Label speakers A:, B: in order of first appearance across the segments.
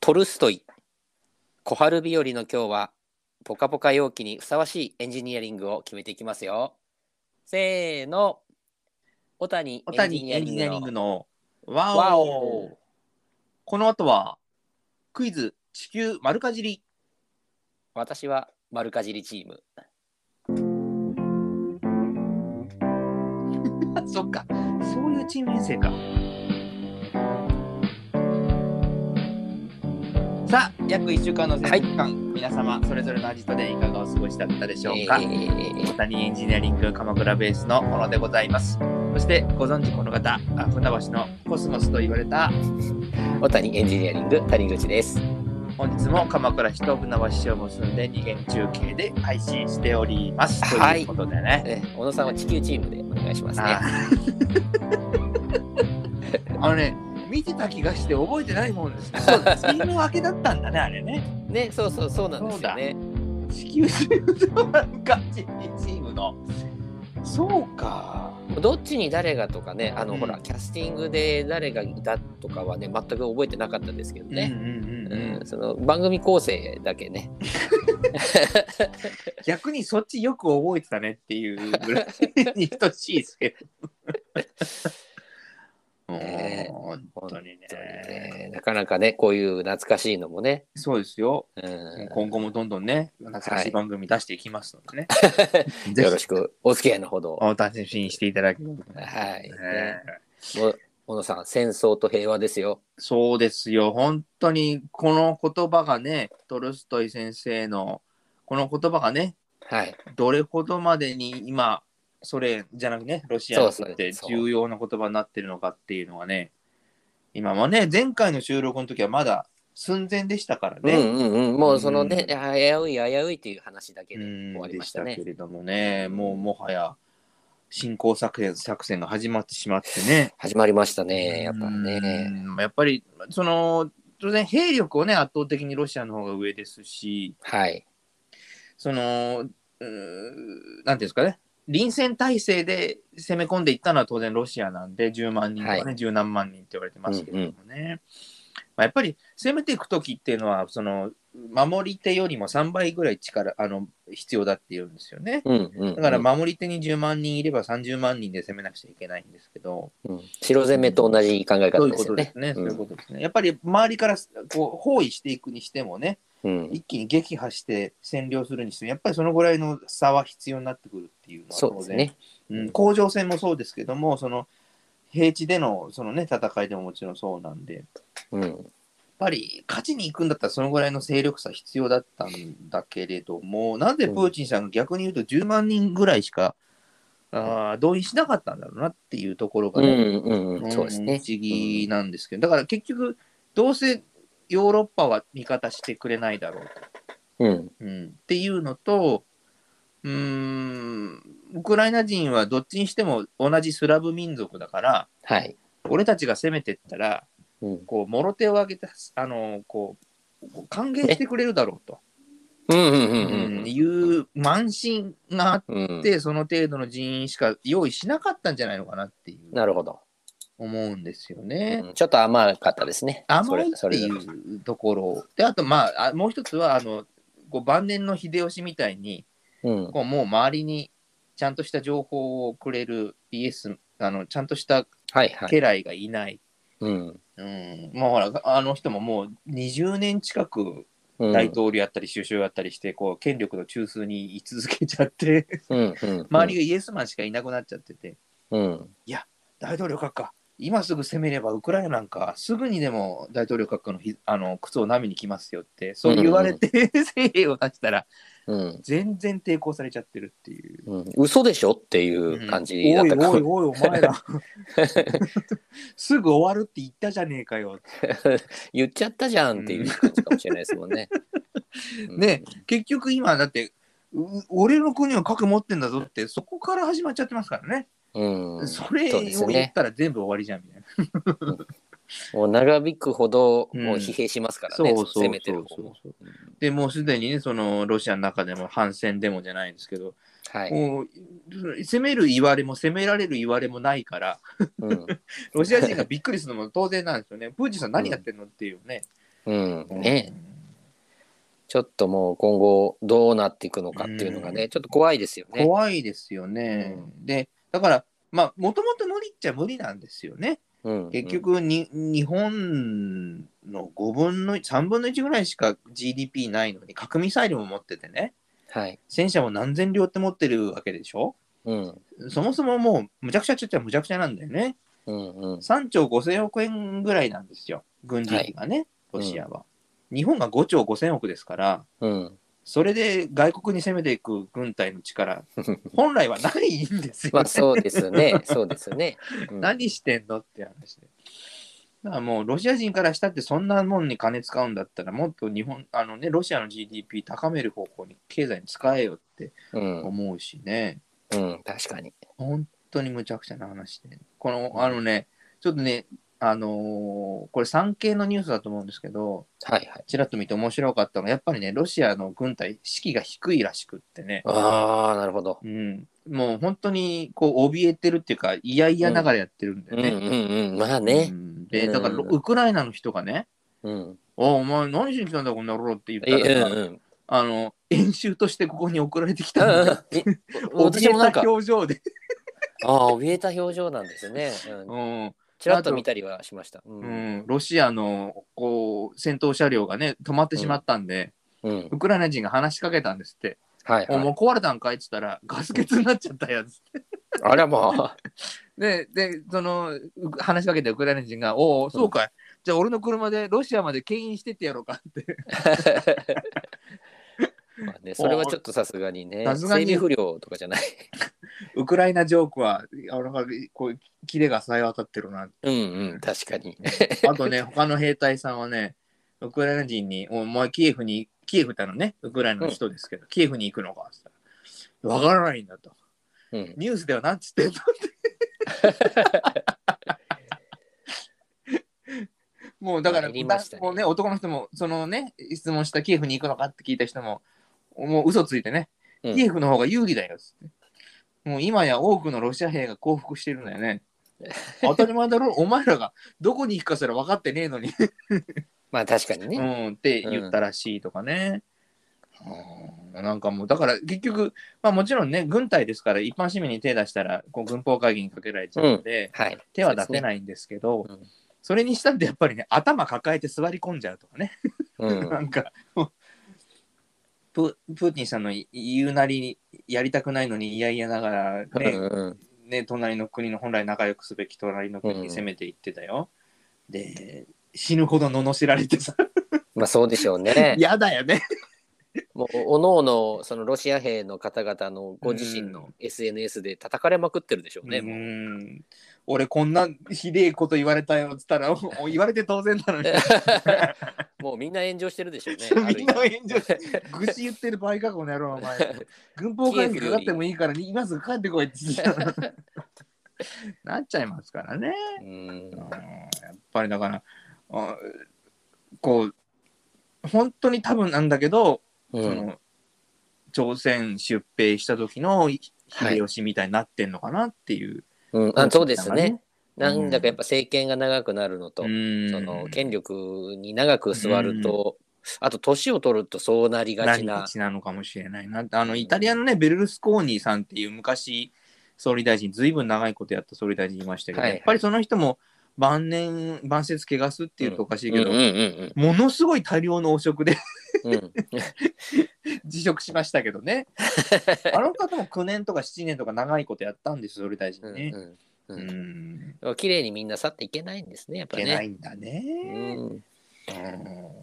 A: トルストイ小春日和の今日はポカポカ陽気にふさわしいエンジニアリングを決めていきますよせーの小谷
B: 小
A: エンジ
B: 谷
A: ニア
B: エン
A: リ
B: ジ
A: ング
B: ニア
A: の
B: リングのワオ
A: ワオ
B: この後はクイズ地球丸かじり
A: 私は丸かじりチーム
B: あそっかそういうチーム編成かさあ約1週間の
A: は
B: 選
A: い
B: 手期間、皆様それぞれのアジトでいかがお過ごしだったでしょうか、
A: え
B: 小
A: ー
B: 谷エンジニアリング鎌倉ベースの小野でございますそしてご存知この方あ船橋のコスモスと言われた
A: 小谷エンジニアリング谷口です
B: 本日も鎌倉市と船橋市を結んで二元中継で配信しております。
A: はい
B: ということでね。
A: え小野さんは地球チームでお願いしますね
B: あー あのね、見てた気がして覚えてないもんですね。そうだ、チーム分けだったんだね、あれね。
A: ねそうそうそうなんですよね
B: 地球チームの感じ、チームの。そうか。
A: どっちに誰がとかねあの、
B: うん
A: ほらキャスティングで誰がいたとかはね全く覚えてなかったですけどね、
B: うんうんうんうん
A: うんその番組構成だけね。
B: 逆にそっちよく覚えてたねっていうぐらいに等しいですけ ど。
A: ねえ
B: もう本当にね
A: えーなかなかねこういう懐かしいのもね。
B: そうですよ。
A: うん
B: 今後もどんどんね、懐かしい番組出していきますので ね。ぜひ
A: よろしくお付き合いのほど。
B: お楽しみにしていただきたいと思います
A: はい
B: ね
A: お小野さん戦争と平和ですよ。
B: そうですよ。本当に、この言葉がね、トルストイ先生の、この言葉がね、
A: はい。
B: どれほどまでに今、ソ連じゃなくね、ロシアにと
A: そう
B: っ
A: そ
B: て
A: うそう
B: 重要な言葉になってるのかっていうのはね、今もね、前回の収録の時はまだ寸前でしたからね。
A: うんうんうん。もうそのね、
B: う
A: 危うい危ういという話だけで
B: うん
A: 終わりました
B: で
A: ね
B: け。れどもね、もうもはや進行作戦作戦が始まってしまってね。
A: 始まりましたね。やっぱね。
B: うんやっぱりその当然兵力をね圧倒的にロシアの方が上ですし、
A: はい。
B: そのうーんなんていうんですかね。臨戦態勢で攻め込んでいったのは当然ロシアなんで10万人とかね、
A: は
B: 10何万人って言われてますけれどもね、まあ、やっぱり攻めていく時っていうのはその守り手よりも3倍ぐらい力あの必要だっていうんですよね。
A: うんうん、うん。
B: だから守り手に10万人いれば30万人で攻めなくちゃいけないんですけど、
A: うん白攻めと同じ考え
B: そ
A: 方
B: ういう
A: で
B: こ
A: す
B: と
A: よ
B: です
A: ね。
B: ね。そううんいうことですね。やっぱり周りからこう包囲していくにしてもね、
A: うん。
B: 一気に撃破して占領するにしても、やっぱりそのぐらいの差は必要になってくるっていうのは
A: そうですね。
B: 当然。うん、甲状戦もそうですけども、その平地でのその、ね、戦いでももちろんそうなんで、やっ
A: うん。
B: ぱり勝ちに行くんだったらそのぐらいの勢力差必要だったんだけれども、なぜプーチンさんが逆に言うと10万人ぐらいしか、あー動員しなかったんだろうなっていうところが
A: うん
B: ね、
A: うんうん。そうですね。
B: 不思議なんですけど、だから結局、どうせヨーロッパは味方してくれないだろうと、
A: うん。
B: うん、っていうのと、うーん、ウクライナ人はどっちにしても同じスラブ民族だから、
A: はい。
B: 俺たちが攻めてったら、
A: うん。
B: こう、もろ手を挙げて、あの、こう、歓迎してくれるだろうと、
A: うんうんう
B: うん
A: うん
B: ん、。いう慢心があっ
A: うん
B: て、その程度の人員しか用意しなかったんじゃないのかなっていう
A: なるほど、
B: 思うんですよね。
A: うんちょっと甘かったですね。
B: 甘いって
A: それ
B: い
A: それだと
B: うところであとまああもう一つはあのこう晩年の秀吉みたいに
A: うん、
B: こうもう周りにちゃんとした情報をくれる BS あのちゃんとした
A: はいはい。
B: 家来がいない、
A: うん
B: うん、もうほらあの人ももう20年近く
A: うん
B: 大統領やったり首相やったりして、こう権力の中枢に居続けちゃって
A: うんうん
B: 周りがイエスマンしかいなくなっちゃってて、
A: うん
B: 大統領閣下今すぐ攻めればウクライナなんかすぐにでも大統領閣下のひあの靴を舐めに来ますよってそう言われて 精鋭を出したら
A: うん
B: 全然抵抗されちゃってるっていう。
A: うん、嘘でしょっていう感じだったか
B: おい
A: も
B: おいおいお 前らすぐ終わるって言ったじゃねえかよ
A: 言っちゃったじゃんっていう感じかもしれないですもんね。
B: ね結局今だってう俺の国は核持ってんだぞってそこから始まっちゃってますからね、
A: うん、うん、
B: それ
A: そうです
B: を言っ
A: ね。
B: たら全部終わりじゃんみたいな
A: もう長引くほど
B: うん
A: もう疲弊しますからね、その攻めてる方も。
B: そうでもうすでにねそのロシアの中でも反戦デモじゃないんですけど
A: はい、
B: もう攻める言われも攻められる言われもないから、
A: うん
B: ロシア人がびっくりするのも当然なんですよね。プーチンさん何やってんのっていうね、
A: ううん、ね、ちょっともう今後どうなっていくのかっていうのがね、
B: うん
A: ちょっと怖いですよ
B: うん
A: ね。
B: 怖いですよね。で、だから、まあ、もともと無理っちゃ無理なんですよね。
A: うん
B: 結、局に、日本の5分の3分の1ぐらいしか GDP ないのに、核ミサイルも持っててね、
A: うんはい、
B: 戦車も何千両って持ってるわけでしょ
A: うん、
B: そもそももう、むちゃくちゃちょっちゃむちゃくちゃなんだよね。
A: うん、うん、
B: 3兆5000億円ぐらいなんですよ、軍事費がね、
A: はい
B: ロシアは。日本が5兆5000億ですから、
A: うん。
B: それで外国に攻めていく軍隊 の力、本来はないんですよ、
A: まあそうですね、そうですね。うん
B: 何してんのって話で。だからもうロシア人からしたってそんなもんに金使うんだったらもっと日本あのねロシアの GDP 高める方向に経済に使えよって
A: うん、
B: 思うしね
A: うん、確かに。
B: 本当にむちゃくちゃな話でこのあのねちょっとねあのーこれ産経のニュースだと思うんですけど
A: はいはい。
B: ちらっと見て面白かったのがやっぱりねロシアの軍隊士気が低いらしくってね、
A: ああ、なるほど。
B: うん、もう本当にこう怯えてるっていうかいやいやながらやってるんだ
A: うん、
B: よね。
A: うん、うん、まあ
B: う
A: ね。
B: んで、だから、
A: うん
B: ウクライナの人がね、
A: うん、
B: おお前何しに来たんだ、こんな野郎って言
A: え、う
B: っ
A: ん、
B: たら、
A: うん
B: あの、演習としてここに送られてき
A: う
B: たんだよ。
A: ん。え私
B: 怯
A: もなん
B: え
A: か
B: た、表情で。
A: ああ、怯えた表情なんですね。うん、
B: うん、
A: ちらっと見たりはしました。う、
B: うんん、ロシアの、こう、戦闘車両がね、止まってしまったんで、
A: うん、
B: ウクライナ人が話しかけたんですって。
A: はい、
B: お
A: は
B: も
A: い。
B: う壊れたんかいって言ったら、ガス欠になっちゃったやつ。
A: あらまあ、
B: で、で、その、う話しかけたウクライナ人が、おお、そうかい。じゃあ俺の車でロシアまで牽引してってやろうかって。
A: まあね、それはちょっとさすがにね。
B: さすがに
A: 整備不良とかじゃない。
B: ウクライナジョークは、あの、こう、キレがさえ渡ってるなって
A: うんうん、確かに。
B: あと ね、他の兵隊さんはね、ウクライナ人に、お前、キエフに、キエフってあのね、ウクライナの人ですけど、キエフに行くのかって言ったら、わからないんだと。
A: うん、
B: ニュースではなんつ ってんのって。もうだから、
A: 参りましたね
B: もうね、男の人も、そのね、質問したキエフに行くのかって聞いた人も、もう嘘ついてね、
A: うん
B: キエフの方が有利だよっつって。もう今や多くのロシア兵が降伏してるんだよ ね。当たり前だろ、お前らがどこに行くかすら分かってねえのに
A: まあ確かに
B: う
A: ね。
B: ん、って言ったらしいとかね。うんなんかもうだから結局、まあ、もちろんね軍隊ですから一般市民に手出したらこう軍法会議にかけられちゃうので、
A: はい。
B: 手は出せ
A: い。
B: ないんですけど
A: そうですね
B: それにしたってやっぱりね頭抱えて座り込んじゃうとかね、
A: う。
B: な んんかもうププーチンさんの言うなりにやりたくないのにいやいやながら、
A: う
B: ね
A: んうん
B: ね、隣の国の本来仲良くすべき隣の国に攻めていってたよ。で死ぬほど罵られてさ
A: まあそうでしょうね。
B: 嫌だよね。
A: もうおのおのそのロシア兵の方々のご自身
B: う
A: の
B: ん
A: SNS で叩かれまくってるでしょうね。
B: う
A: もうん
B: 俺こんなひでえこと言われたよっつったら もう言われて当然なのに
A: もうみんな炎上してるでしょうね。
B: みんな
A: ある
B: 炎上して愚痴言ってる場合かこの野郎お前 軍法会議かかってもいいから今すぐ帰ってこいっつって なっちゃいますからね
A: 意味
B: うん
A: うん
B: やっぱりだからあこう本当に多分なんだけど、
A: う
B: そ
A: ん
B: の朝鮮出兵した時の秀吉みたいになってんのかなっていう、
A: うんあそうですね。なんだかやっぱ
B: ぱ
A: 政権が長くなるのと、その権力に長く座ると、あと年を取るとそうなりが
B: な
A: ち
B: り
A: な
B: が。ちなのかもしれないな。あの、イタリアのね、ベルルスコーニさんっていう昔、総理大臣、ずいぶん長いことやった総理大臣いましたけど、
A: はいはい
B: やっぱりその人も晩年、晩節怪我すっていうとおかしいけど、
A: うんうん
B: ものすごい多量の汚職で
A: うんうん。
B: 辞職しましたけ どね。あの方も9年とか7年とか長いことやったんです、総理大
A: う
B: 臣
A: ん
B: ね。
A: うん
B: う
A: うん
B: ん。
A: 綺麗にみんな去っていけないんですね、やっ
B: い
A: ぱ
B: けな
A: ね。
B: いんだね。
A: うん、
B: うん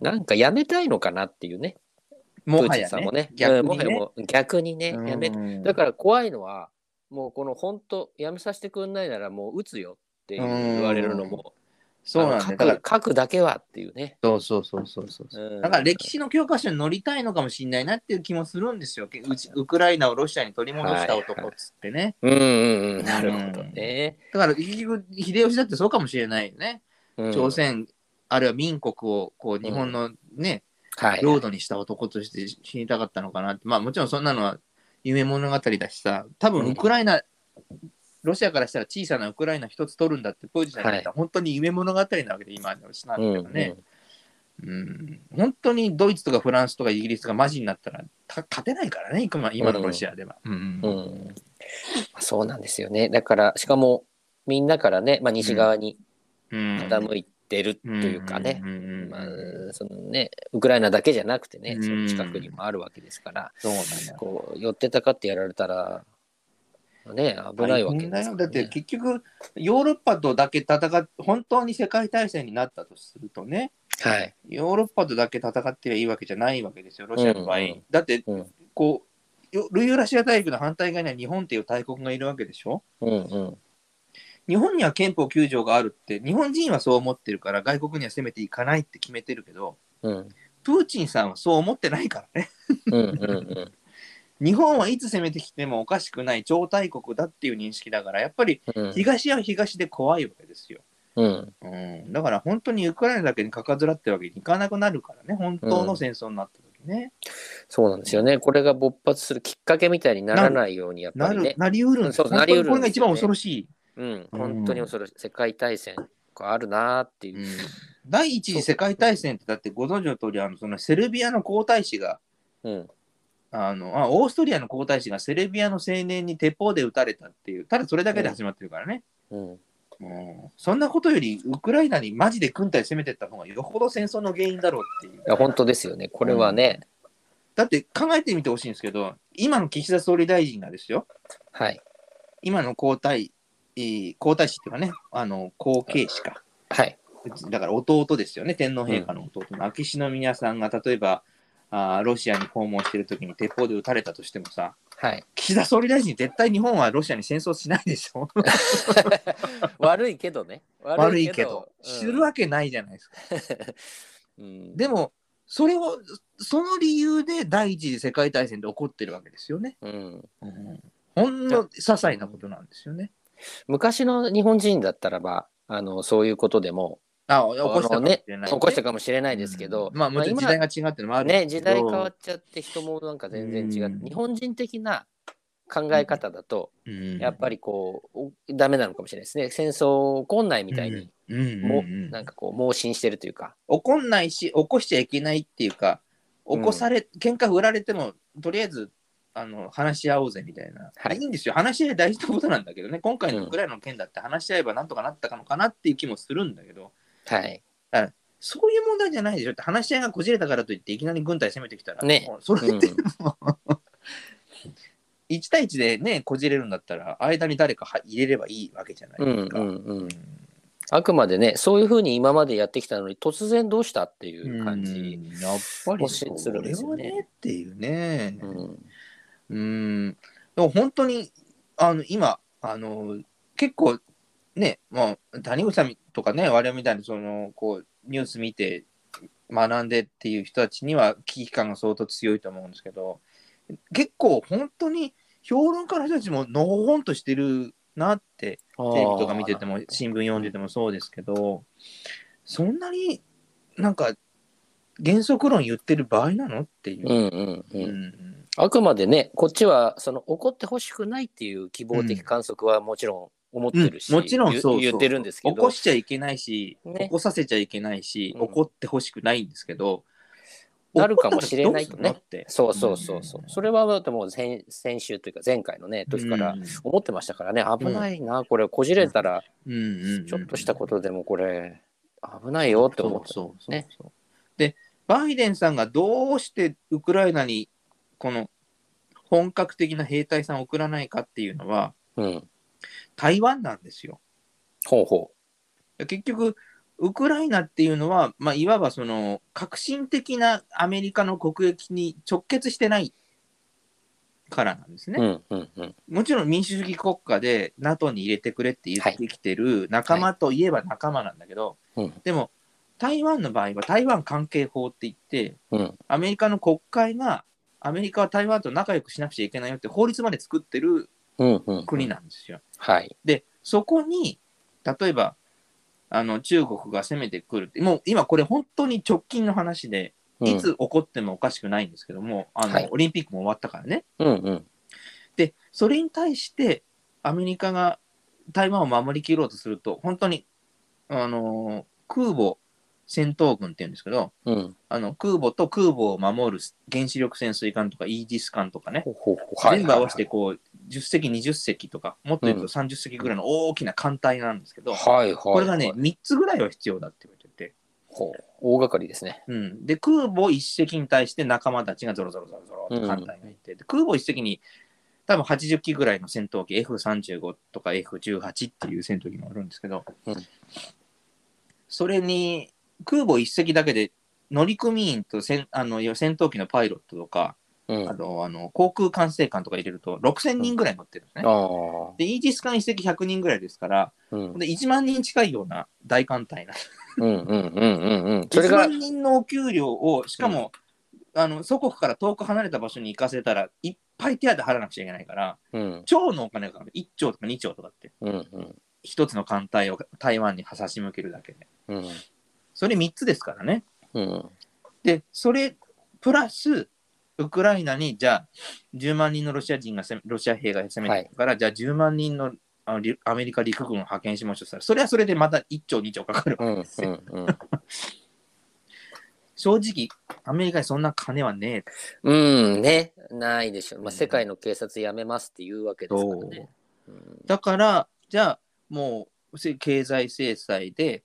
A: なんかやめたいのかなっていうね、プ
B: も
A: ー
B: は
A: チン
B: や
A: さん
B: ね
A: もね、。
B: 逆
A: うんも
B: に
A: はや
B: ね。
A: もう逆にね、やめ
B: うん
A: だから怖いのは、もうこの本当、やめさせてくんないなら、もう撃つよっていう言われるのも、
B: そうなん
A: あ
B: だ
A: の
B: よ。だから
A: 核、核だけはっていうね。
B: そうそうそうそうそう。
A: うん
B: だから歴史の教科書に載りたいのかもしれないなっていう気もするんですよ。うちウクライナをロシアに取り戻した男っつってね。
A: うんうんうん、なるほどね。
B: だから結局秀吉だってそうかもしれないよね。
A: うん
B: 朝鮮、あるいは民国をこう日本のね、
A: はい。
B: 領土にした男として死にたかったのかなって。まあもちろんそんなのは夢物語だしさ、多分ウクライナ、ロシアからしたら小さなウクライナ一つ取るんだってプーチンさんが言ったら本当に夢物語なわけで今の話なんだ
A: うん
B: けどね。
A: うん
B: うん、本当にドイツとかフランスとかイギリスがマジになったらた勝てないからね、今今のロシアでは。うん
A: うんまあそうなんですよねだからしかもみんなからね、まあ、西側に
B: うん
A: 傾いてるというかね、
B: うんうんうん
A: まあ、そのねウクライナだけじゃなくてね、
B: うん
A: その近くにもあるわけですから、
B: そうなんだよ。
A: こう寄ってたかってやられたらね危ないわけです
B: 大変だよ
A: からね
B: だって結局、ヨーロッパとだけ戦っ本当に世界大戦になったとするとね、
A: はい
B: ヨーロッパとだけ戦ってりゃいいわけじゃないわけですよ、ロシアの場合。
A: うんうん
B: だって、
A: うん
B: こう、よユーラシア大陸の反対側には日本っていう大国がいるわけでしょ
A: うんうん
B: 日本には憲法9条があるって、日本人はそう思ってるから、外国には攻めていかないって決めてるけど、
A: うん
B: プーチンさんはそう思ってないからね。
A: う んうん
B: 日本はいつ攻めてきてもおかしくない超大国だっていう認識だから、やっぱり
A: うん
B: 東は東で怖いわけですよ。
A: うん
B: うん、だから本当にウクライナだけにかかずらってわけにいかなくなるからね、本当の戦争になった時ね。
A: そうなんですよねこれが勃発するきっかけみたいにならないようにやっぱ
B: な
A: り
B: る
A: ね、
B: なりうるんです
A: そうなりうるんですよね
B: これが一番恐ろし
A: うん、
B: うん
A: 本当に恐ろしい世界大戦があるなーって
B: い。
A: いう、
B: 第一次世界大戦って、だってご存知の通り、あのそのセルビアの皇太子が、
A: うん
B: あのあオーストリアの皇太子がセルビアの青年に鉄砲で撃たれたっていう、ただそれだけで始まってるからね。
A: うん、
B: うんそんなことより、ウクライナにマジで軍隊攻めてった方がよほど戦争の原因だろうっていう
A: い。や本当ですよねこれはね、
B: だって考えてみてほしいんですけど、今の岸田総理大臣がですよ、
A: はい
B: 今の皇太えー皇太子っていうかね、あの後継子か、
A: はい
B: だから弟ですよね、天皇陛下の弟の秋篠宮さんが例えば、あーロシアに訪問してる時に鉄砲で撃たれたとしてもさ、
A: はい
B: 岸田総理大臣、絶対日本はロシアに戦争しないでしょ、
A: 悪いけどね
B: 悪いけど、するわ
A: け、
B: けないじゃないですか。
A: うん、
B: でも、それを、その理由で第一次世界大戦で起こってるわけですよね。
A: うん、
B: ほんの些細なことなんですよね。
A: 昔の日本人だったらばあのそういうことでも
B: あ、起こしたか
A: あの
B: も
A: ね
B: しれない、
A: 起こしたかもしれないですけど、
B: うんまあ、もちろん時代が違うってのもあ
A: 今
B: るんですけど
A: ね時代変わっちゃって人もなんか全然違う、
B: うん
A: 日本人的な考え方だと、
B: うん
A: やっぱりこうおダメなのかもしれないですね戦争起こんないみたいに、
B: うんうんうん
A: もなんかこう盲信してるというか、
B: 怒んないし、起こしちゃいけないっていうか、起こされ、喧嘩売られても、とりあえず、あの話し合おうぜみたいな、
A: はい
B: い、いんですよ、話し合い大事なことなんだけどね、今回のウクライナの件だって話し合えばなんとかなったのかなっていう気もするんだけど、
A: はい
B: そういう問題じゃないでしょって話し合いがこじれたからといっていきなり軍隊攻めてきたら、
A: ね
B: もうそれってもう、1対1でねこじれるんだったら間に誰かは入れればいいわけじゃな
A: う
B: い
A: ん
B: ですか。
A: うんうん、あくまでねそういうふうに今までやってきたのに突然どうしたっていう感じ、
B: うんやっぱり
A: 発信するんです
B: それ
A: よ
B: は
A: ね
B: ねっていうね。
A: うん
B: うん。でも本当にあの今あの結構ね、まあ谷口さんとかね我々みたいにそのこうニュース見て学んでっていう人たちには危機感が相当強いと思うんですけど、結構本当に評論家の人たちものほほんとしてるなってテレビとか見てても新聞読んでてもそうですけどそんなになんか原則論言ってる場合なのっていうう。
A: んうんう
B: うんん
A: あくまでね、こっちはその怒ってほしくないっていう希望的観測はもちろん思ってるし、
B: うんもちろんそうそう
A: 言言ってるんですけ
B: 起
A: ど
B: こ、しちゃいけないし、
A: ね
B: 起こさせちゃいけないし、
A: うん
B: 怒ってほしくないんですけど
A: なるかもしれないとね
B: 怒ったらどうすん
A: そうそうそうそう、それはだってもう先先週というか前回のね
B: のって
A: 時から
B: うん
A: 思ってましたからね、危ないな、これこじれたら
B: うんうんうん
A: ちょっとしたことでもこれ危ないよって思って、
B: そうそうそう
A: ね
B: でバイデンさんがどうしてウクライナにこの本格的な兵隊さんを送らないかっていうのは
A: うん、
B: 台湾なんですよ。
A: ほうほ
B: 結局ウクライナっていうのは、まあ、いわばその革新的なアメリカの国益に直結してないからなんです
A: う、
B: ね。
A: うんうんうん、
B: もちろん民主主義国家で NATO に入れてくれって言ってきてる仲間といえば仲間なんだけど、
A: はいうん
B: でも台湾の場合は台湾関係法って言って
A: うん、
B: アメリカの国会がアメリカは台湾と仲良くしなくちゃいけないよって法律まで作ってる
A: うん、うん、
B: 国なんですよ。
A: はい、
B: で、そこに、例えば、あの中国が攻めてくるって、もう今、これ本当に直近の話で、
A: うん
B: いつ起こってもおかしくないんですけども、あの
A: はい
B: オリンピックも終わったからね。
A: うん、うん、
B: で、それに対して、アメリカが台湾を守りきろうとすると、本当に、あのー空母戦闘軍っていうんですけど、
A: うん。
B: あの空母と空母を守る原子力潜水艦とかイージス艦とかね、
A: ほうほうほう
B: 全部合わせてこう10隻、20隻とか、もっと言うと30隻ぐらいの大きな艦隊なんですけど、
A: はいはいはい。
B: これがね、3つぐらいは必要だって言われてて、
A: ほう、大掛かりですね。
B: うん、で空母1隻に対して仲間たちがゾロゾロゾロゾロって艦隊がいて、で空母1隻に多分80機ぐらいの戦闘機 F35 とか F18 っていう戦闘機もあるんですけど、
A: うん
B: それに空母1隻だけで乗組員と戦あのいや戦闘機のパイロットとか、
A: うん。
B: あ
A: あ
B: のあの航空管制官とか入れると6000人ぐらい乗ってるんですね。
A: あ。
B: でイージス艦1隻100人ぐらいですから
A: うん。
B: で1万人近いような大艦隊なんです
A: うんうんうんうんうん。それ
B: 1
A: が、
B: 万人のお給料をしかも、あの祖国から遠く離れた場所に行かせたらいっぱい手当払わなくちゃいけないから
A: うん
B: 超のお金がかかる1兆とか2兆とかって
A: うんうん
B: 1つの艦隊を台湾に差し向けるだけで
A: うん
B: それ3つですからね
A: うん
B: でそれプラスウクライナにじゃあ10万人のロシア人が攻めロシア兵が攻めてるから、じゃあ10万人のあのりアメリカ陸軍を派遣しましょうとしたらそれはそれでまた1兆2兆かかる
A: う
B: わ
A: ん
B: けですよ、
A: うん
B: 正直アメリカにそんな金はねえ
A: うんうんねないでしょう、まあ、世界の警察やめますっていうわけですからね。うん
B: だから、じゃあ、もうせ経済制裁で、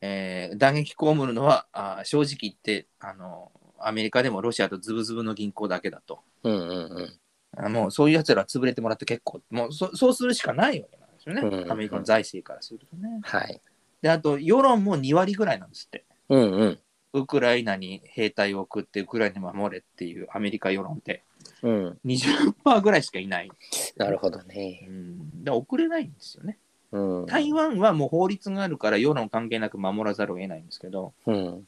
B: えー打撃被るのは、あー正直言ってあの、アメリカでもロシアとズブズブの銀行だけだと。
A: うんうん
B: あもうそういうやつらは潰れてもらって結構、もうそそうするしかないわけなんですよね、
A: うん
B: アメリカの財政からするとね。
A: はい。
B: で、あと、世論も2割ぐらいなんですって。
A: うんうん
B: ウクライナに兵隊を送って、ウクライナ守れっていうアメリカ世論って、
A: うん。
B: 20%ぐらいしかいない。
A: なるほど
B: う
A: ね。
B: ん、だから送れないんですよね。
A: うん。
B: 台湾はもう法律があるから世論関係なく守らざるを得ないんですけど、
A: うん。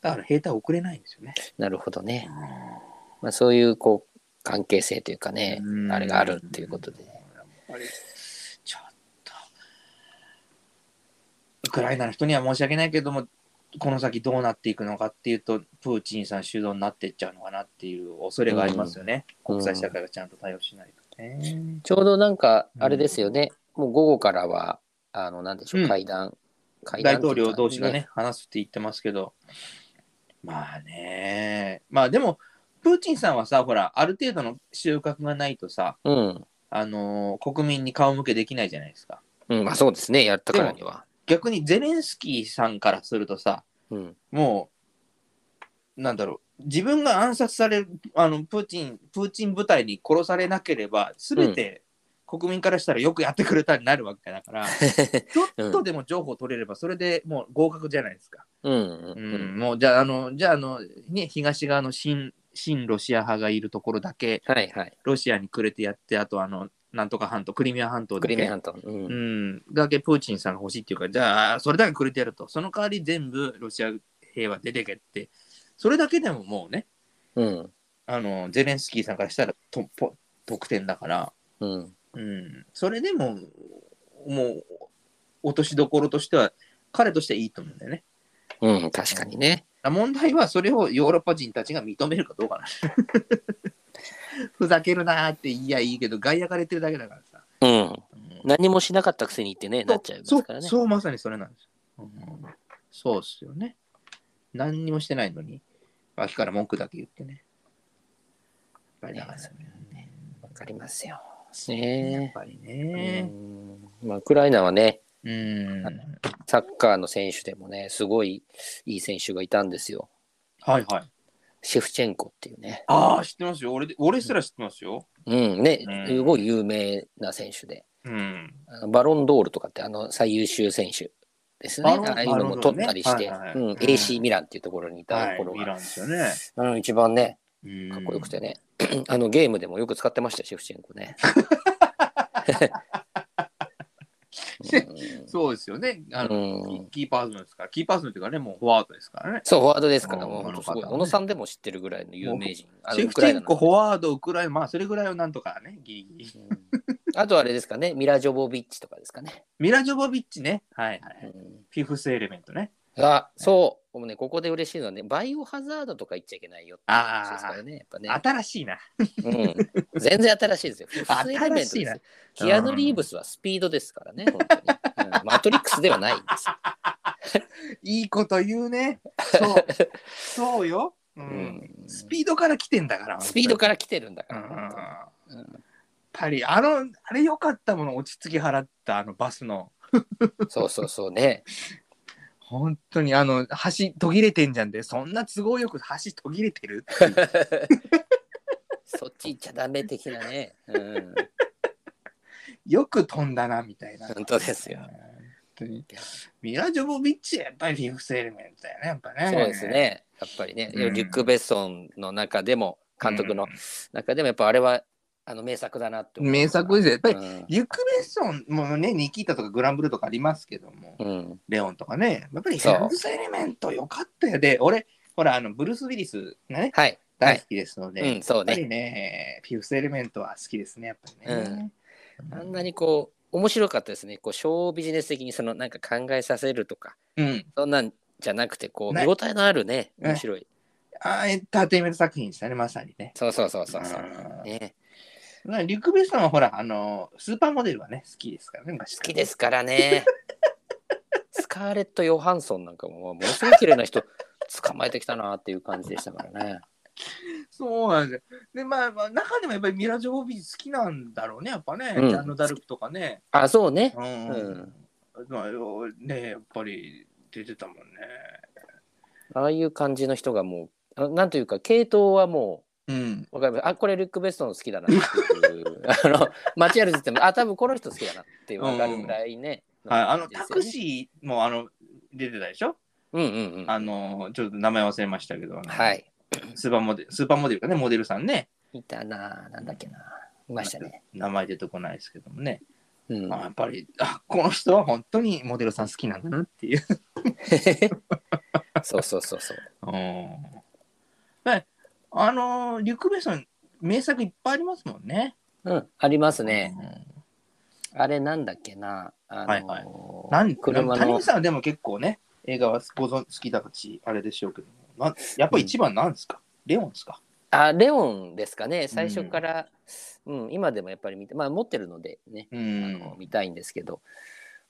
B: だから兵隊送れないんですよね。
A: なるほどね。まあ、そういうこう関係性というかね
B: うん
A: あれがあるっていうことで。
B: あれちょっと、ウクライナの人には申し訳ないけども、この先どうなっていくのかっていうと、プーチンさん主導になっていっちゃうのかなっていう恐れがありますよね。
A: うん
B: 国際社会がちゃんと対応しないとね。
A: ちょうどなんかあれですよね、もう午後からはあのなんでしょう、
B: うん
A: 会談会談
B: 大
A: ってい
B: 統
A: うか
B: 領同士がね、話すって言ってますけど、まあね、まあでも、プーチンさんはさ、ほら、ある程度の収穫がないとさ、
A: うん、
B: あのー国民に顔向けできないじゃないですか。
A: うん、まあそうですねやったからには。
B: 逆にゼレンスキーさんからするとさ、
A: うん、
B: もう、なんだろう、自分が暗殺される、あのプーチン、プーチン部隊に殺されなければ、すべて国民からしたらよくやってくれたになるわけだ から、ちょっとでも情報取れれば、それでもう合格じゃないですか。
A: うんう
B: うんん、もうじゃあ、あの、じゃあ、あの、ね、東側の新、新ロシア派がいるところだけ、
A: はいはい。
B: ロシアにくれてやって、あと、あの、なんとか半島、クリミア半島
A: ク
B: だ
A: リミア
B: け、
A: 半島。うん
B: うん、だけプーチンさんが欲しいっていうか、じゃあ、それだけくれてやると、その代わり全部ロシア兵は出てけって、それだけでももうね、
A: うん
B: あの、ゼレンスキーさんからしたらとぽ得点だから、
A: うん
B: うん、それでも、もう、落としどころとしては、彼としてはいいと思うんだよね。
A: うん、確かにね。
B: 問題はそれをヨーロッパ人たちが認めるかどうかな。 ふざけるなーって言いやいいけど、外野がれてるだけだからさ。
A: うん、
B: うん
A: 何もしなかったくせにってね、なっちゃいますからね。
B: そうそう、まさにそれなんですよ。うんそうっすよね。何にもしてないのに、脇から文句だけ言ってね。やっぱりだからね。
A: わかりますよ。
B: やっ
A: ね
B: ぱり
A: え。
B: ね。
A: うんまあ、ウクライナはね、
B: うん。
A: サッカーの選手でもね、すごいいい選手がいたんですよ。
B: はいはい。
A: シェフチェンコっていうね。
B: ああ、知ってますよ。俺で俺すら知ってますよ。
A: うん、ね、
B: うん
A: すごい有名な選手で。
B: うん。
A: あのバロンドールとかってあの最優秀選手ですね。
B: バロン
A: ああいうのも取ったりして、
B: バロンドールねはいはい
A: うん
B: うん
A: AC ミランっていうところにい
B: は
A: た
B: い
A: 頃、
B: ミ
A: が、
B: ランですよね。
A: あの一番ね、
B: うん
A: かっこよくてね、 あのゲームでもよく使ってましたよ、シェフチェンコね。うん
B: そうですよね。あの
A: うん
B: キーパーソンですから、キーパーソンっていうかね、もうフォワードですからね。
A: そう、フォワードですから、
B: うん
A: もう本当すごい。
B: あの方ね
A: 小野さんでも知ってるぐらいの有名人。あの
B: シェ
A: ウ
B: フ
A: ク
B: チ
A: ライナ
B: ェン
A: の
B: コ、フォワード、ウクライナ、まあ、それぐらいはなんとかね、ギリギリ。
A: うんあとあれですかね、ミラ・ジョボビッチとかですかね。
B: ミラ・ジョボビッチね。はいは
A: う
B: い。
A: ん
B: フィフスエレメントね。
A: あ、そう、僕ね、ここで嬉しいのはね、バイオハザードとか言っちゃいけないよって話ですからね、やっぱね。
B: 新しいな。
A: うん全然新しいですよ。普通にイベントで
B: 新
A: す
B: しい
A: よ
B: な。
A: キアヌ・リーブスはスピードですからね、本当に。うんマトリックスではないんですよ。
B: いいこと言うね。そう。 そうよ。う。
A: うんん
B: スピードから来てんだから。
A: スピード
B: か
A: から来てるんだから。本当に
B: ら。う
A: うんん。
B: パリ、あの、あれ良かったもの、落ち着き払った、あのバスの。
A: そうそうそうね。
B: 本当に、あの、橋途切れてんじゃんで、そんな都合よく橋途切れてるっていう
A: そっち行っちゃダメ的なね。うん。
B: よく飛んだな、みたいな。
A: 本当ですよ
B: 本当に。ミラ・ジョボビッチはやっぱりフィフスエレメントだよね、やっぱね。
A: そうです。ね。やっぱりね、
B: うん
A: リュック・ベッソンの中でも、監督の中でも、やっぱあれは、あの、名作だなって思う
B: 名作ですよ。やっぱり、
A: うん
B: リュック・ベッソンもね、ニキータとかグランブルとかありますけども、
A: うん。
B: レオンとかね、やっぱりヘ
A: そう
B: ルス・エレメントよかったよ。で、俺、ほら、あの、ブルース・ウィリスがね、
A: はい。は
B: 大
A: い
B: 好。きですので、
A: うん、そう
B: やっぱり
A: ね。
B: ね、フィフス・エレメントは好きですね、やっぱりね。
A: あんなにこう、面白かったですね。こう、ショービジネス的に、その、なんか考えさせるとか、
B: うん。
A: そんなんじゃなくて、こう、
B: ね
A: 見応えのあるね、
B: ね
A: 面白い。
B: あーエンターテインメント作品でしたね、まさにね。
A: そうそうそうそうそう
B: うん。
A: ね、
B: まあリュック・ベッソンはほら、あの、スーパーモデルはね、好きですからね、昔
A: 好きですからね。 スカーレット・ヨハンソンなんかも、ものすごい綺麗な人、捕まえてきたなっていう感じでしたからね。
B: そうなんですよ。で、まあ、まあ、中でもやっぱりミラ・ジョボビッチ好きなんだろうね、やっぱね。
A: うん
B: ジャンヌ・ダルクとかね。
A: あ、そうね。
B: うん。
A: うん
B: まあ、ね、やっぱり出てたもんね。
A: ああいう感じの人がもう、あなんというか、系統はも
B: うん。
A: う、わかります。あ、これルックベストの好きだなっていう。 あの、街歩いてても、あ、多分この人好きだなってわかるぐらいね。
B: はい、あの、
A: ですよ
B: タ
A: ね
B: クシーも、あの、出てたでしょ
A: うんうんうん。
B: あの、ちょっと名前忘れましたけど、あの
A: はい。
B: スーパーモデル、スーパーモデルかね、モデルさんね。
A: いたなぁ、なんだっけな。いましたね。
B: 名前出てこないですけどもね。
A: うん
B: まあ、。やっぱり、あ、この人は本当にモデルさん好きなんだなっていう。
A: そうそうそうそう。
B: うん。はいあの、リュック・ベッソン、名作いっぱいありますもんね。
A: うん、ありますね。あれなんだっけな。あのー
B: はいはなん
A: 車
B: 谷
A: の
B: 口さんはでも結構ね、映画はご存好きだし、あれでしょうけど、なやっぱ一番なんですか、レオンですか
A: あ、レオンですかね。最初から、うん、今でもやっぱり見て、まあ持ってるのでね。
B: う
A: あの見たいんですけど、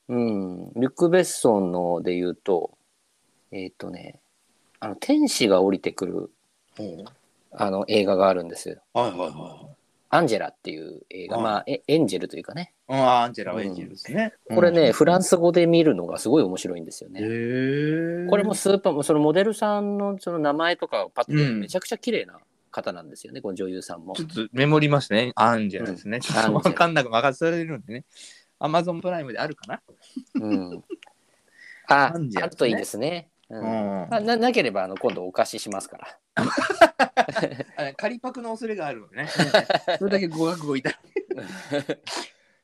A: うん、リュック・ベッソンので言うと、えっ、とね、あの、天使が降りてくる
B: ほう
A: あの映画があるんですよ。
B: はいはいはい。
A: アンジェラっていう映画、
B: はい
A: まあ、エエンジェルというかね、
B: うん、あアンジェラ・はエンジェルですね。
A: これね、
B: うん
A: フランス語で見るのがすごい面白いんですよ
B: へ
A: ね。
B: ー
A: これもスーパー、そのモデルさんのその名前とかをパッと見ると
B: うん
A: めちゃくちゃ綺麗な方なんですよね、この女優さんも
B: ちょ。っとメモりますね、アンジェラですね。ちょっと
A: アンジェラ
B: わかんなく任されるんでね。アマゾンプライムであるかな
A: うん、あ、
B: アンジェ
A: あ
B: ラですね
A: るといいですね。うん
B: うん
A: あななければあの今度お貸ししますから。
B: あ仮パクの恐れがあるので ね。それだけ語学語いただいて。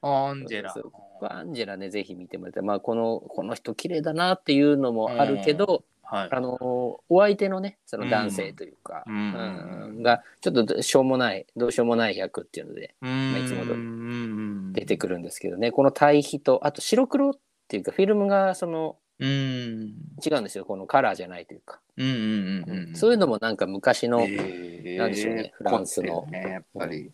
B: アンジェラ。
A: そうアンジェラねぜひ見てもらいたい、まあ、このこの人綺麗だなっていうのもあるけど、
B: はい。
A: あのお相手のねその男性というか、
B: うん
A: うんがちょっとしょうもないどうしようもない役っていうので
B: うん
A: いつも通り
B: うん
A: 出てくるんですけどねこの対比とあと白黒っていうかフィルムがその
B: うん。
A: 違うんですよこのカラーじゃないというか、
B: うんうんうんうん。
A: そういうのもなんか昔の、
B: え
A: なんでしょうねフランスの
B: 凝ってるね、やっぱり。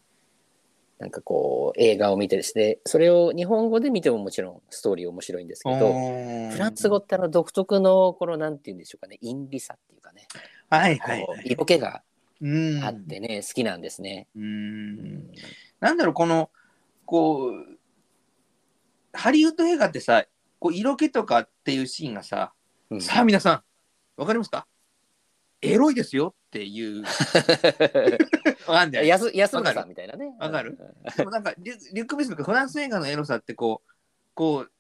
A: なんかこう映画を見てですねそれを日本語で見てももちろんストーリー面白いんですけど。
B: うん
A: フランス語ってあの独特のこのなんて言うんでしょうかね、陰美さっていうかね、
B: はい
A: こ
B: はい。
A: う色気が
B: うん
A: あってね、好きなんですね。
B: うん。なんだろう、この、こう、ハリウッド映画ってさ、こう色気とかっていうシーンがさ、
A: うん
B: さあ皆さん、わかりますかエロいですよっ ていう、あんじゃない
A: 安安村さんみたいなね。
B: わかる
A: うん
B: でもなんかリュ、リュック・ベスのフランス映画のエロさってこう、こう、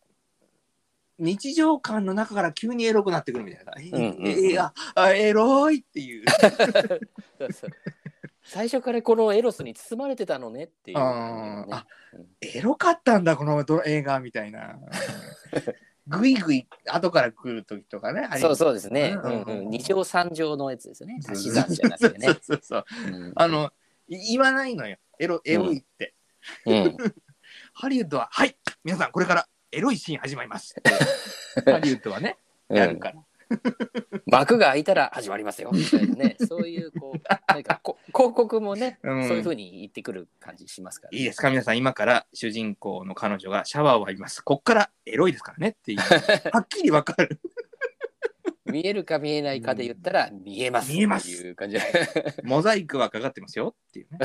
B: 日常感の中から急にエロくなってくるみたいな。え
A: んうんうん
B: えああエロいって いう。
A: そうそう最初からこのエロスに包まれてたのねっていう
B: あ
A: 感
B: ーあ
A: じ
B: エロかったんだ、このドラ映画みた いな。ぐいぐい後から来る時とかね。あ
A: のね。
B: れ
A: そうそうですね。
B: う
A: うんんうん二乗三乗のやつですよね。
B: そう
A: 足
B: そう
A: し算じゃなくてね
B: そう。そうそう。
A: うん
B: あの、い言わないのよ。エロ、エロいって。
A: うん
B: ハリウッドは、はい、皆さんこれからエロいシーン始ま りますって。ハリウッドはね、
A: う
B: やる
A: ん
B: から。
A: 幕が開いたら始まりますよみたいなね。そういうこう なんかこ広告もね、
B: う
A: そうんいう風に言ってくる感じしますからね。
B: いいですか皆さん、今から主人 公の彼女がシャワーを浴びます。こっからエロいですからねっていう。はっきりわかる。
A: 見えるか見えないかで言ったら、見えます。
B: 見えます
A: っていう感じ。
B: モザイクはかかってますよっていうね。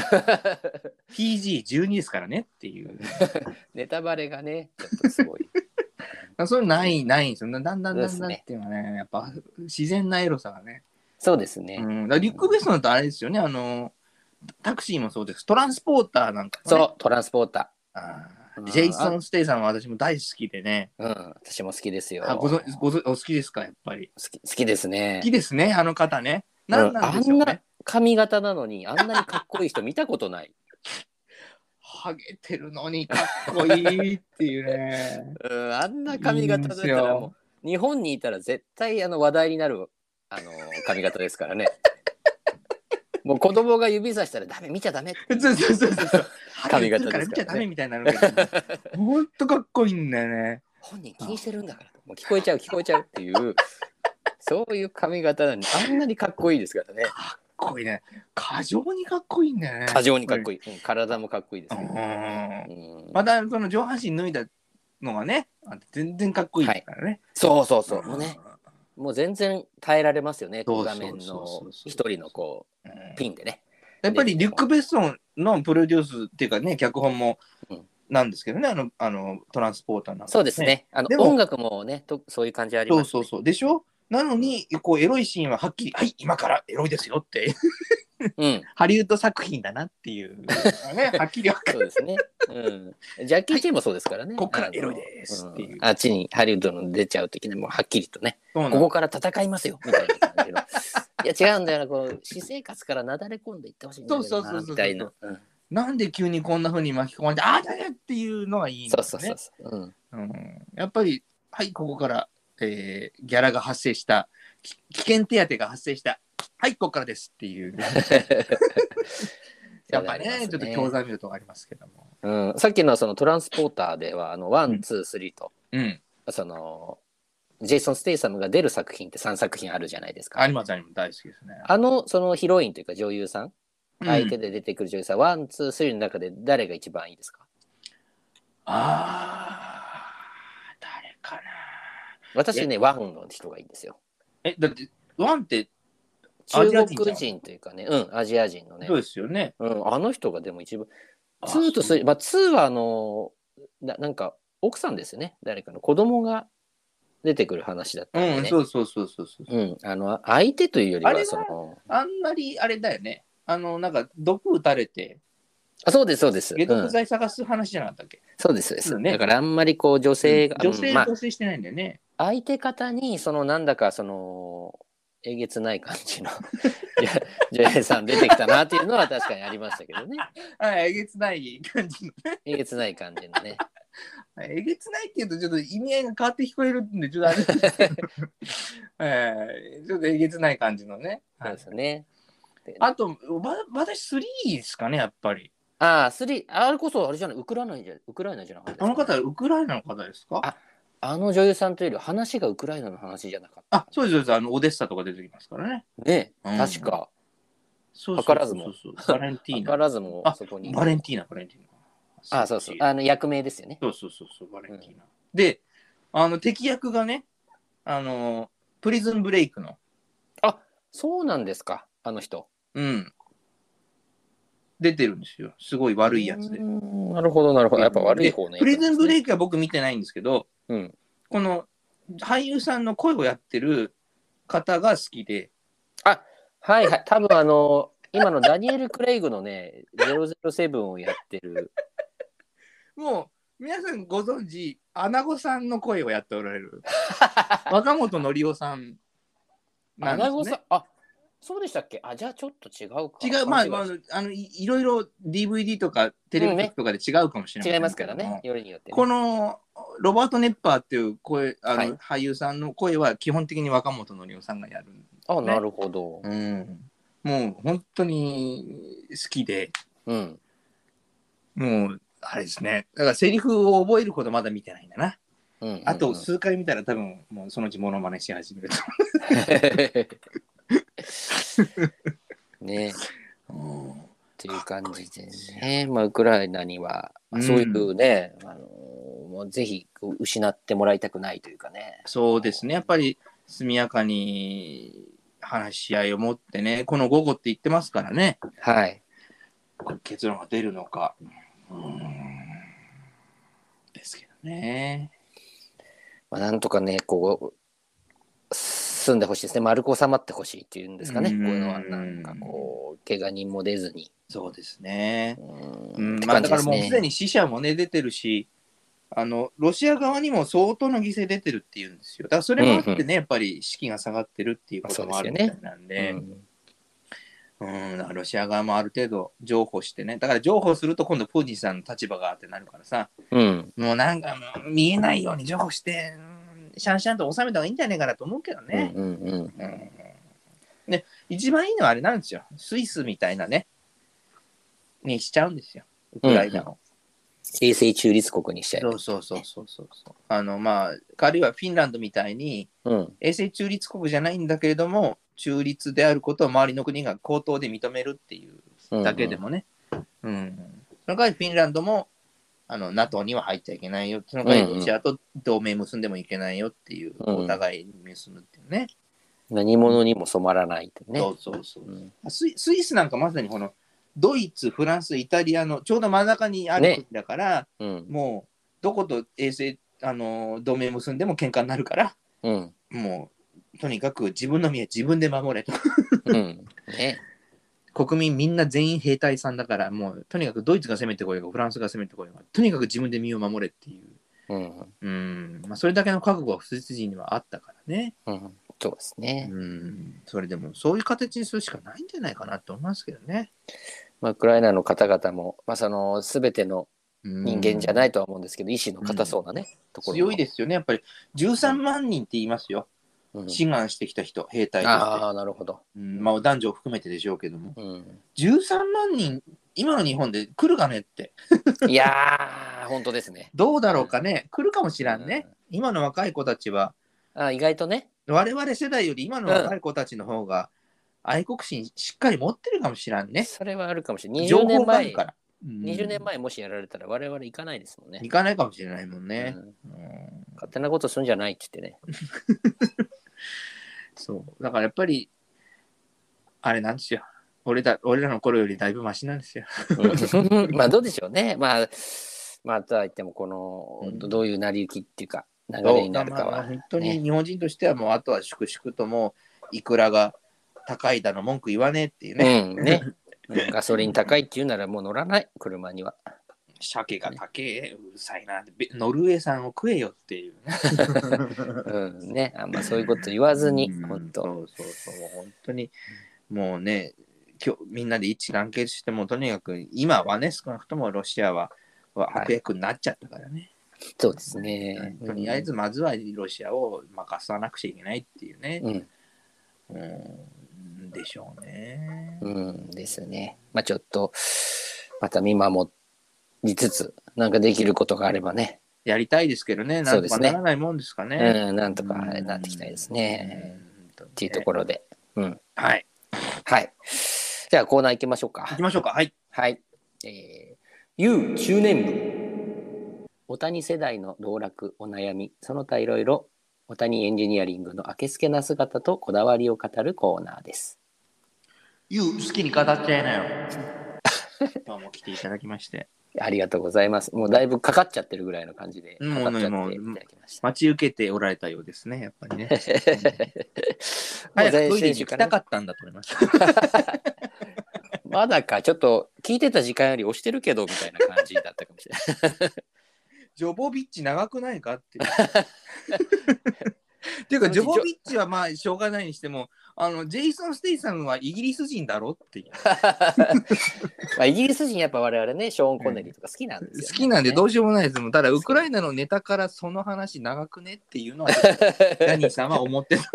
B: PG12 ですからねっていう。
A: ネタバレがね、ちょっとす ごい。
B: そういうのない、ないんですよ。だんだんだんだん
A: そうですね
B: っていうのはね、やっぱ自然なエロさがね。
A: そうですね。
B: うん、だからリュックベストだとあれですよね、あの、タクシーもそうです。トランスポーターなんか、ね、
A: そう、トランスポータ
B: あ
A: うん
B: ージェイソン・ステイさんは私も大好きでね。
A: ー。うん、私も好きですよ。
B: あごぞごぞお好きですか、やっぱり。
A: 好き好きですね
B: 好き。ですね、あの方ね。なんなんでしょう
A: あんな
B: ね。
A: 髪型なのに、あんなにかっこいい人見たことない。
B: ハゲてるのにかっこいいっていうね。
A: うん、あんな髪型だったらもう、日本にいたら絶対あの話題になるあの髪型ですから ね。もう子供が指さしたらダメ見ちゃダメって
B: そうそうそうそう。
A: 髪型ですからね
B: ハゲてるから見ちゃダメみたいになるけど、ほんとかっこいいんだよね。
A: 本人気にしてるんだからもう聞こえちゃう聞こえちゃうっていうそういう髪型なのにあんなにかっこいいですからね
B: かっこいいね。過剰にかっこいいんだよね。
A: 過剰にかっこ
B: いい。
A: いい、うん体もかっこいいですけど、
B: うん
A: うん
B: また、その上半身脱いだのがね、あ全然かっこいいですからね。
A: そうそうそうもうねもう全然耐えられますよね
B: そうそう
A: 画
B: そう
A: 面の
B: そうそう
A: 一人のこ
B: うん。
A: うピンでね
B: やっぱりリュック・ベッソンのプロデュースっていうかね、脚本も
A: うん
B: なんですけどね、あの、あのトランスポーターなんか
A: そうですね。あの
B: でも
A: 音楽もねとそういう感じあり
B: そ
A: ま
B: う
A: す
B: そうそう。でしょなのに、こう、エロいシーンははっきり、はい、今からエロいですよって、
A: うん
B: ハリウッド作品だなっていうのが ね、はっきり分かる。
A: そうですね。うん。ジャッキー・チェンもそうですからね。
B: こっからエロいですってい
A: あの
B: う
A: んあっちにハリウッドの出ちゃう時にもうはっきりとね、
B: そうな
A: こ
B: の
A: こから戦いますよみたいな感じ の。いや違うんだよな、こう私生活からなだれ込んでいってほしいんだよな
B: そうそうそうそう
A: みたいな。うん
B: なんで急にこんな風に巻き込まれて、ああ、だねっていうのはいいんだ
A: そ
B: よ
A: う
B: ね。
A: そうそうそう。うん。
B: うんやっぱり、はい、ここから、えーギャラが発生した、き危険手当が発生した、はい、ここからですっ ていう、やっぱりね、ちょっと教材見るとこありますけども。
A: うん。さっきのそのトランスポーターではあのワ
B: う
A: ン
B: ん
A: ツースリーと、
B: うん、
A: そのジェイソン・ステイサムが出る作品って3作品あるじゃないですか。
B: あります、あります、大好きですね。
A: あのそのヒロインというか女優さん
B: うん
A: 相手で出てくる女優さん、ワン、ツー、スリーの中で誰が一番いいですか
B: あー、誰かな。
A: 私ね、ワンの人がいいんですよ。
B: え、だって、ワンってア
A: 中
B: ジア人じゃん
A: 国人というかね、うん、アジア人のね
B: そう、ですよね。
A: うん、あの人がでも一番、
B: あ
A: ツーとスリー、まあ、ツーはあのな、なんか奥さんですよね、誰かの子供が出てくる話だったん
B: う
A: で
B: ん、
A: ね。
B: そうそうそうそうそう。
A: うん、あの相手というより
B: あれ
A: は
B: は
A: その
B: あんまりあれだよね。あの、なんか、毒打たれて、
A: あそうですそうです、う
B: 解毒
A: ん、
B: 剤探す話じゃなかったっけ、
A: そうですそうです、
B: ね
A: だからあんまりこう女性が、
B: 女性
A: うんまあ
B: 同棲してないんだよね。
A: 相手方にそのなんだかそのえげつない感じの じゃ女優さん出てきたなっていうのは確かにありましたけどね
B: はい、えげつない感じの。
A: えげつない感じのね
B: えげつないっていうと、ちょっと意味合いが変わって聞こえるんで、ちょっとあれ ですけどえーちょっとえげつない感じのね。
A: そうですね
B: あと、わ私、3ですかね、やっぱり。
A: ああスリーあれこそあれじゃないウクライナじゃウクライナじゃなかったです
B: あ
A: か
B: の方、ウクライナの方ですか
A: ああの女優さんというより話がウクライナの話じゃなかっ
B: あそうです、そうです。あの、オデッサとか出てきますからね。
A: たね、
B: うん
A: 確か
B: そうそう
A: 図らずも
B: そうそうそうバレンティー
A: 分
B: ナ。
A: からずもそこに
B: バレンティーナ、バレンティーナ。
A: あそうそうあの役名ですよね
B: そうそうそうそう、バレンティーナ。で、あの、敵役がね、あの、プリズンブレイクの。
A: そうなんですかあの人
B: うん。出てるんですよ。すごい悪いやつで。
A: うーんなるほどなるほどやっぱ悪い方ね
B: でプリズンブレイクは僕見てないんですけど、
A: うん
B: この俳優さんの声をやってる方が好きで、
A: はいはい、多分あの、今のダニエル・クレイグのね、007をやってる、
B: もう皆さんご存知、アナゴさんの声をやっておら れる。若本のりおさんな
A: ア
B: んです、ね。
A: ナゴさん、あそうでしたっけあ、じゃあちょっと違うか。
B: 違う、まあ、あ
A: 勘違い
B: のあのいいろいろ DVD とかテレビ局とかで違うかもしれない、
A: 違いますからね、よりによってね、
B: このロバート・ネッパーっていう声あの、
A: はい
B: 俳優さんの声は基本的に若本のりおさんがやるん
A: あ、なるほど。
B: うん、もう本当に好きで、
A: うん。
B: もうあれですね、だからセリフを覚えることまだ見てないんだな。
A: うんうんうん
B: あと数回見たら多分もうそのうちモノマネし始めると。
A: ね、
B: うん
A: っていう感じでね、まあ、ウクライナには、まあそういうね、あのもうぜひこう失ってもらいたくないというかね。
B: そうですね、やっぱり速やかに話し合いを持ってね、この午後って言ってますからね、
A: はい。
B: 結論が出るのか。うーんですけどね。
A: まあ、なんとかね、こう、住んでほしいですね。丸く収まってほしいっていうんですかね。こ
B: う
A: うんいうのは、なんかこう、怪我人も出ずに。
B: そうですね。
A: う
B: うん
A: っ
B: ん
A: て
B: まあ、
A: 感じで
B: だから
A: す
B: もうすで
A: ね。
B: に死者もね、出てるし、あの、ロシア側にも相当の犠牲出てるっていうんですよ。だからそれもあってね、
A: うん
B: やっぱり士気が下がってるっていうこともあるみたいなんで、
A: うん
B: うん、だからロシア側もある程度譲歩してね、だから譲歩すると今度プーチンさんの立場がってなるからさ、
A: うん。
B: もうなんかもう見えないように譲歩して、うんシャンシャンと収めた方がいいんじゃないかなと思うけど
A: うん。
B: ね。
A: うん。うん。
B: うんで一番いいのはあれなんですよ。スイスみたいなね、にしちゃうんですよ、ウクライナを。
A: 衛星中立国にしちゃえば。
B: そうそうそうそうそうそう。あのまあ、あるいはフィンランドみたいに、
A: うん。
B: 衛星中立国じゃないんだけれども、中立であることを周りの国が口頭で認めるっていうだけでもね。うん、その代わりフィンランドもあの NATO には入っちゃいけないよ。その代わ
A: うん
B: り
A: うん
B: ロシアと同盟結んでもいけないよっていう、
A: うん
B: お互いに結ぶっていうね。
A: 何者にも染まらないってね。
B: そうそうそう
A: うん
B: スイ。スイスなんかまさにこのドイツ、フランス、イタリアのちょうど真ん中にある国だから、
A: うん。
B: もうどこと衛星、あの同盟結んでも喧嘩になるから、
A: うん。
B: もうとにかく自分の身は自分で守れと。
A: うん。ね。
B: 国民みんな全員兵隊さんだから、もうとにかくドイツが攻めてこようが、フランスが攻めてこようが、とにかく自分で身を守れっていう。
A: うん。
B: うん、まあ、それだけの覚悟は不説人にはあったからね。
A: うん。そうですね。
B: うん、それでもそういう形にするしかないんじゃないかなと思いますけどね。
A: まあ、ウクライナの方々も、まあ、その全ての人
B: 人
A: 間じゃ
B: い
A: ないとは思うんですけど、意志の固そうなね、ところ、
B: 強いですすよね、やっぱり13万人って言いますよ、
A: うん
B: 志願してきた人、兵隊として
A: ああ、なるほど。、
B: うんまあ、男女を含めてでしょうけども、
A: うん、
B: 13万人、今の日本で来るかねって、
A: いやー、本当ですね。
B: どうだろうかね、来るかもしらんね。今の若い子たちは、
A: あ意外とね、
B: 我々世代より今の若い子たちの方が、愛国心しっかり持ってるかもしらんね。
A: それはあるかもしれない。
B: 情
A: 20年
B: 報がある
A: 前、
B: から。うん
A: 20年前もしやられたら我々行かないですもんね。
B: 行かないかもしれないもんね
A: う。ん
B: うん
A: 勝手なことするんじゃないって言ってね。
B: そう。だからやっぱり、あれなんですよ。俺だ俺らの頃よりだいぶマシなんですよ。
A: うんまあ、どうでしょうね。まあ、まあ、とは言っても、この、
B: うん
A: どどういう成り行きっていうか、流れになるか
B: まあ
A: は。
B: 本当に
A: ね
B: 日本人としては、もうあとは粛々ともう、いくらが高いだの文句言わねえっていうね。
A: うん、ね。うんガソリン高いっていうならもう乗らない、車には。
B: 鮭が高え、うるさいな、べノルウェー産を食えよっていうね。
A: うん、ね。あんまそういうこと言わずに
B: う、ん
A: 本当。
B: そうそうそう、もう本当に、もうね、今日みんなで一致団結して、もうとにかく今はね、少なくともロシアはは
A: はい
B: 悪役になっちゃったからね。
A: そうですね。
B: とりあえず、まずはロシアを任さなくちゃいけないっていうね。
A: うん、
B: うん、でしょうね。
A: うんですね。まあちょっと、また見守りつつ、なんかできることがあればね、
B: やりたいですけどね、な
A: そうんで
B: と
A: す
B: か
A: ね
B: ならないもんですかね。
A: うん、なんとかなっていきたいですね。
B: うん。っ
A: っていうところで。うん。
B: はい。
A: はい。じゃあコーナー行きましょう
B: 行
A: か
B: き。ましょうか。はい。
A: はい。えー、You 中年部。お谷世代の道楽、お悩み、その他いろいろ、お谷エンジニアリングのあけすけな姿とこだわりを語るコーナーです。
B: You 好きに語っちゃいなよ。 今日も来ていただきまして。
A: ありがとうございます。もうだいぶかかっちゃってるぐらいの感じで、か
B: うん
A: かっちゃ
B: も
A: っ
B: う
A: てい
B: ねもう
A: ただきました。
B: 待ち受けておられたようですね、やっぱ り
A: も
B: ね。
A: う
B: 早く
A: 前
B: トイレ
A: 先
B: に
A: 週
B: 行
A: から
B: きた
A: ね、
B: かったんだと思いました。
A: まだか、ちょっと聞いてた時間より押してるけどみたいな感じだったかもし れない。
B: ジョボビッチ長くない かっていう。っていうか、ジョボビッチはまあ、しょうがないにしても、あの、ジェイソン・ステイさんはイギリス人だろっていう。
A: まあ、イギリス人やっぱ我々ね、ショーン・コネリーとか好きなんですよ、ね。
B: 好きなんでどうしようもないですもん。ただ、ウクライナのネタからその話長くねって いうのは、ダニーさんは思ってた。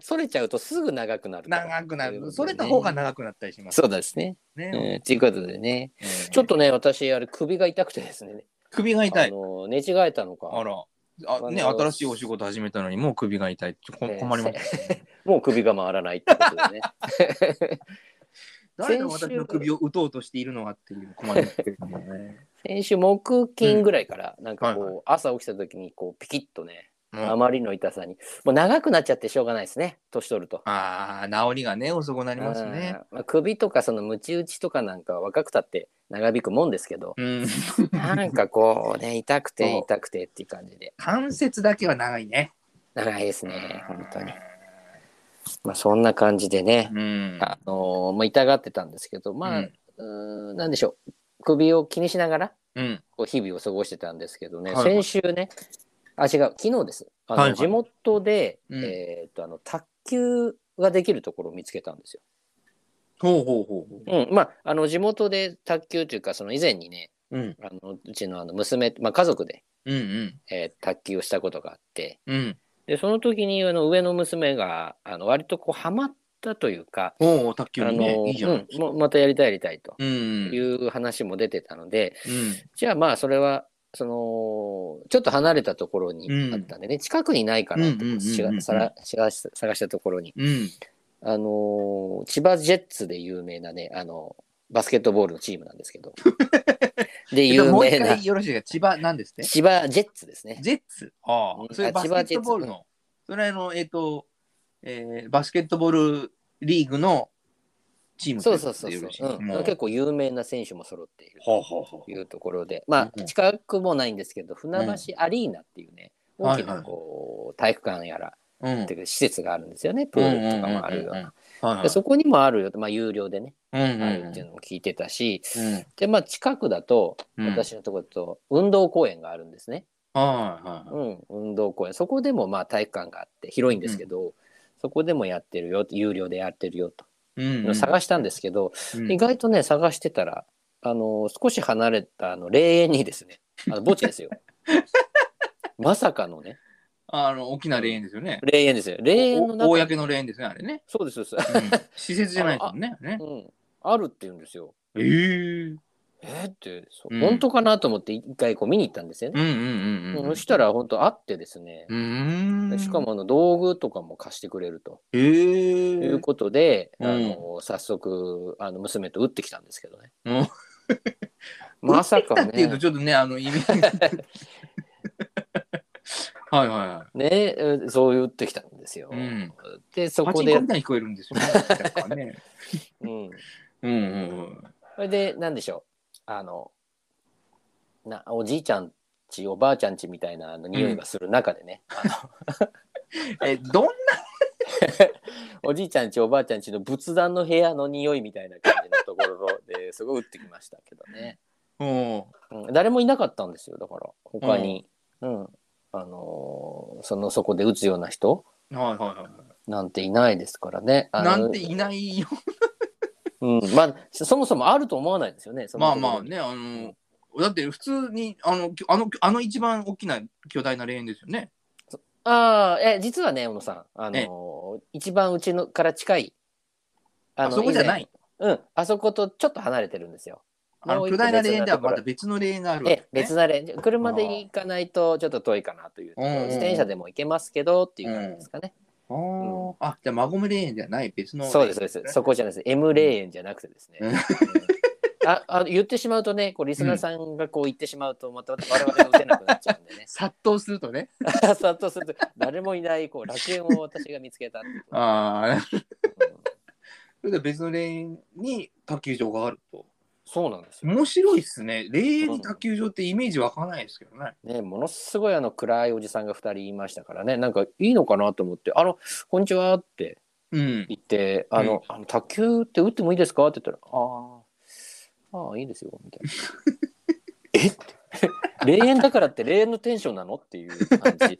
A: それちゃうとすぐ長くなるから。
B: 長くなる。
A: と
B: そ
A: い
B: れ
A: うことで
B: の
A: ね
B: 方が長くなったりします
A: そうですね。
B: ね。
A: と、うん、ということでね、
B: うん
A: ちょっとね、私、あれ、首が痛くてですね、
B: 首が痛
A: あ
B: い。
A: の寝違えたの
B: あ
A: か、
B: ら。
A: あの
B: あね、新しいお仕事始めたのにもう首が痛いちょこ
A: ね
B: 困ります。
A: もう首が回らないってことでね。
B: 誰が私の首を打とうとしているのかっていう困りますけどもね。
A: 先週木金ぐらいからなんかこう、
B: はい
A: 朝起きた時にこうピキッとね
B: うん
A: あまりの痛さに。もう長くなっちゃってしょうがないですね。年取ると。
B: ああ、治りがね、遅くなります
A: う
B: ね。
A: んまあ、首とかそのムチ打ちとかなんかは若くたって長引くもんです けど、
B: うん。
A: なんかこうね、痛くて
B: そう
A: 痛くてっていう感じで、
B: 関節だけは長いね。
A: 長いですね、本当に。まあそんな感じでね、
B: うん。
A: あのーまあ、痛がってたんですけど、まあ、
B: うん
A: うーんなんでしょう、首を気にしながら、
B: うん。
A: こう日々を過ごしてたんですけどね、
B: はい
A: 先週ね、あ、違う、昨日です。あの
B: はいはい
A: 地元で、
B: うん
A: えーっと、あの、卓球ができるところを見つけたんですよ。
B: ほうほうほうほ
A: うん、まあ、あの、地元で卓球というか、その以前にね、
B: う。うん。
A: あのうちのあの娘、まあ、家族で、
B: うんうん。
A: えー卓球をしたことがあって、
B: うん。
A: で、その時に、あの、上の娘が、あの、割とこう、ハマったというか、
B: おお、卓球
A: あ
B: に
A: の、
B: ね、いいじゃない。
A: うん、もまたやりたいやりたいと
B: うん。
A: い
B: うん。
A: う話も出てたので、じゃあまあそれはそのちょっと離れたところに
B: うん
A: あったんでね、近くにないかなと
B: うんうんうんうん
A: しがさらしがし探したところに、
B: うん。
A: あのー千葉ジェッツで有名なね、あのバスケットボールのチームなんですけ どで
B: えっ
A: 有
B: ともう一
A: 名な
B: 回よろしいが、千葉なんですね。
A: 千葉ジェッツですね。
B: ジェッツ。あ
A: うん
B: あ、それ
A: あ
B: バスケットボールの。それあの、えっと、えーバスケットボールリーグのチーム
A: そうそうそう
B: とい
A: そう
B: こ
A: う、
B: とでよろしい
A: ん、
B: もう
A: 結構有名な選手も揃っている
B: ほうほうほ
A: と
B: う。
A: いうところでま
B: う
A: あ
B: ん
A: 近くもないんですけど船橋アリーナっていうね、
B: うん
A: 大き
B: はい
A: な
B: はい
A: こう体育館やら
B: うん
A: っていう施設があるんですよねプールとかもあるような。
B: はいはい
A: でそこにもあるよと、まあ、有料でね、
B: うんうん
A: あるっていうのも聞いてたし、
B: うん
A: で、まあ、近くだと、
B: うん
A: 私のところだと、運動公園があるんですね。
B: はいはいは
A: うん、運動公園。そこでも、まあ、体育館があって、広いんですけど、そこでもやってるよ、有料でやってるよと、
B: いうんうん。
A: 探したんですけど、
B: うん
A: 意外とね、探してたら、あの、少し離れた、あの、霊園にですね、あの墓地 ですよ。まさかのね、
B: あの、大きな霊園ですよね。
A: 霊園ですよ。霊園の
B: お
A: 中に、
B: 公の霊園ですね、あれね。
A: そうです、そうです。
B: うん施設じゃないですもんね。ね
A: うん、あるって言うんですよ。
B: えー
A: えーって、そう
B: うん
A: 本当かなと思って一回こう見に行ったんですよ
B: う
A: ね。
B: んうんうんう
A: そ
B: ん。
A: したら本当あってですね
B: う、ーん。
A: しかもあの道具とかも貸してくれると
B: え
A: い
B: ー
A: うことで、
B: うん
A: あの早速あの娘と打ってきたんですけどね。
B: うん
A: まさ
B: だ
A: か
B: っていうと
A: ね
B: ちょっとね、あ の、イメージ。はいはいはい。
A: ねえーそう言ってきたんですよ。
B: うん
A: でそ
B: パ
A: こ
B: チンコ
A: で
B: み、たいに聞こえるんですよね。なんかね
A: うん、
B: うんうん
A: それで何でしょうあのなおじいちゃんちおばあちゃんちみたいなあの匂いがする中で ね、
B: うん。え、どん
A: おじいちゃんちおばあちゃんちの仏壇の部屋の匂いみたいな感じのところですごい打ってきましたけどね、
B: うん
A: うん、誰もいなかったんですよだから他に、うんあのーそのそこで打つような人
B: はいはいは
A: なんていないですからね
B: い。
A: あ
B: な
A: の
B: んていないよ。
A: うん、まあそそもそもあると思わないですよねその
B: まあ
A: ところ
B: まあね、あの、だって普通に、あの、あの、あの一番大きな巨大な霊園ですよね。
A: ああえ実はね小野さんあ
B: え
A: のー一番うちのから近いあ
B: あそこじゃないい。
A: うんあそことちょっと離れてるんですよ
B: あ
A: も
B: の
A: う一
B: 巨
A: 個
B: 大な霊園で
A: 別な
B: は
A: とこ
B: ま
A: ろ
B: た別の霊園があるわけ
A: え
B: ですね
A: 別なれ車で行かないとちょっと遠いかなというところ
B: うんうんうん
A: 自転車でも行けますけどっていう感じですかね、
B: あーあ、じゃあ、孫夢霊園ではない別の霊園。
A: そうですそうですそこじゃないです M レーンじゃなくてですね、
B: うん
A: うんああ言ってしまうとねこうリスナーさんがこう言ってしまうとまた我々が打てなくなっちゃうんでね
B: 殺到するとね。
A: さっとすると誰もいないこう楽園を私が見つけたっていう
B: ああ、
A: うん
B: それで別の霊園に卓球場があると。
A: そうなんですよ、
B: 面白いっすね。霊園に卓球場ってイメージ湧かないですけどね。
A: ね、ものすごいあの暗いおじさんが2人いましたからねなんかいいのかなと思って「あのこんにちは」って
B: うん。
A: 行って「あの,、あの卓球って打ってもいいですか?」って言ったら「あーあーいいですよ」みたいな「 えっ?」霊園だからって霊園のテンションなのっていう感 じ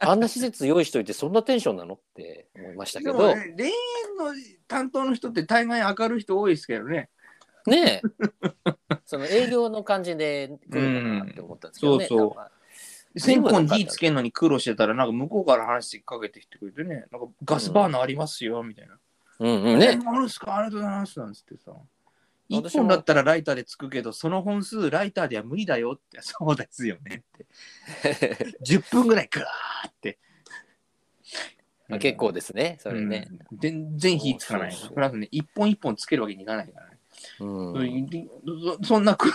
A: あんな施設用意しといてそんなテンションなのって思いましたけ
B: で
A: ど
B: も
A: ね
B: ね、霊園の担当の人って大概明るい人多いですけどね。
A: えその営業の感じで来るのかなって思ったんですけどね、
B: うんそうそう
A: なんか
B: 線香に火つけるのに苦労してたら、なんか向こうから話しかけてきてくれてね、なんかガスバーナーありますよ、みたいな。
A: うんうん
B: え
A: ね
B: あるんすかありがとうございます、なんつってさ。
A: 私も
B: 一本だったらライターでつくけど、その本数ライターでは無理だよって、そうですよねって。10分ぐらいぐらーって。
A: まあ結構ですねそれね、
B: うん全然火つかない。
A: そうそうそう
B: プラスね、一本一本つけるわけにいかないからね。
A: うん
B: そそそんなく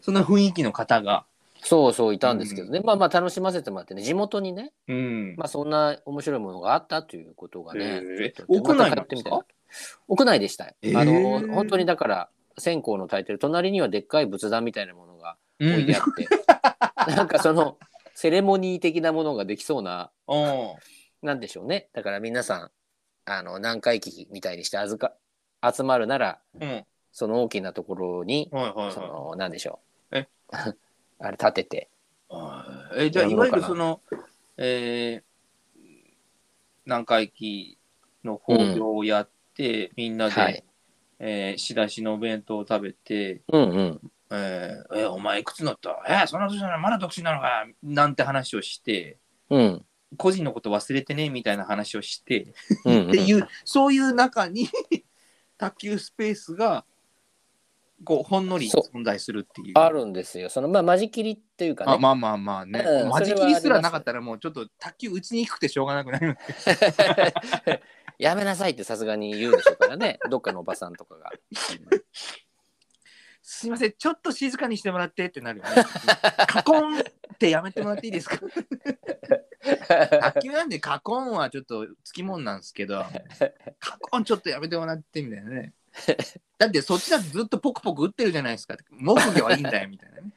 B: そんな雰囲気の方が
A: そうそういたんですけどね、まあまあ楽しませてもらってね地元にね、
B: うん。
A: まあ、そんな面白いものがあったということがね、
B: えー
A: ちょっと
B: 屋内
A: また
B: な
A: 買
B: ん
A: ってみ
B: です
A: たいな
B: か
A: と屋内でしたよ、
B: えー
A: あの本当にだから線香の焚いてる隣にはでっかい仏壇みたいなものが
B: う
A: 置いて
B: ん
A: あ。って、 なんかそのセレモニー的なものができそうな
B: うん
A: なんでしょうねだから皆さんあの南海忌みたいにして預か集まるなら
B: うん。はい
A: その大きなところに、
B: はいはい
A: そのなんでしょう
B: え
A: あれ立てて
B: あー。えじゃあ、
A: や
B: い
A: るの
B: わ
A: かな
B: ゆるその、えー南海期の法要をやって、みんなで、
A: はい
B: えー仕出しのお弁当を食べて、
A: うんうん
B: えーえーお前いくつになったえーそんな年なのまだ独身なのかなんて話をして、
A: うん
B: 個人のこと忘れてね、みたいな話をして、
A: うん
B: っていう、そういう中に 卓球スペースがこうほんのり
A: そう
B: 存在するっていう。
A: あるんですよそのまあ間仕切りっていうかね
B: あまあまあまあね。
A: うん
B: 間仕切りすらなかったらもうちょっと卓球打ちに行くてしょうがなくなります。
A: やめなさいってさすがに言うでしょうから ねどっかのおばさんとかが。
B: すいません、ちょっと静かにしてもらってってなるよね。 カコンってやめてもらっていいですか卓球なんでカコンはちょっとつきもんなんですけど、カコンちょっとやめてもらってみたいなね。だってそっちだってずっとポクポク打ってるじゃないですか。木魚はいいんだよみたいなね。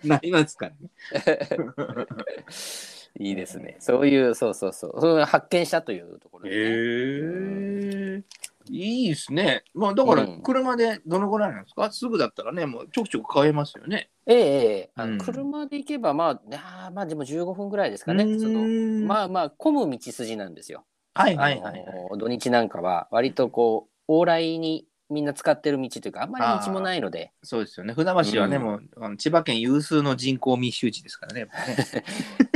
B: なりますからね。
A: いいですねそういうそうそうそうそういう発見したというところでね、
B: へえいいですね。まあだから
A: うん
B: 車でどのぐらいなんですか、すぐだったらね、もうちょくちょく買えますよね。
A: ええええあ
B: うん
A: の車で行けばまああーまあでも15分ぐらいですかねその
B: の
A: まあまあ混む道筋なんですよ。
B: あ、はいはいはい、はい。
A: あの土日なんかは割とこう往来にみんな使ってる道というかあんまり道もないので
B: そうですよね。船橋はね、
A: うん
B: もうあの千葉県有数の人口密集地ですからね。やっぱ ね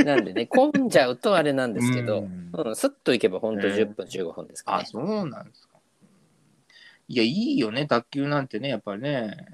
A: なんでね混んじゃうとあれなんですけど
B: う。ん
A: うん、すっと行けば本当
B: へえ
A: 10分15分ですか
B: あ、
A: ね。
B: そうなんですか。いや、いいよね、卓球なんてね、やっぱりね。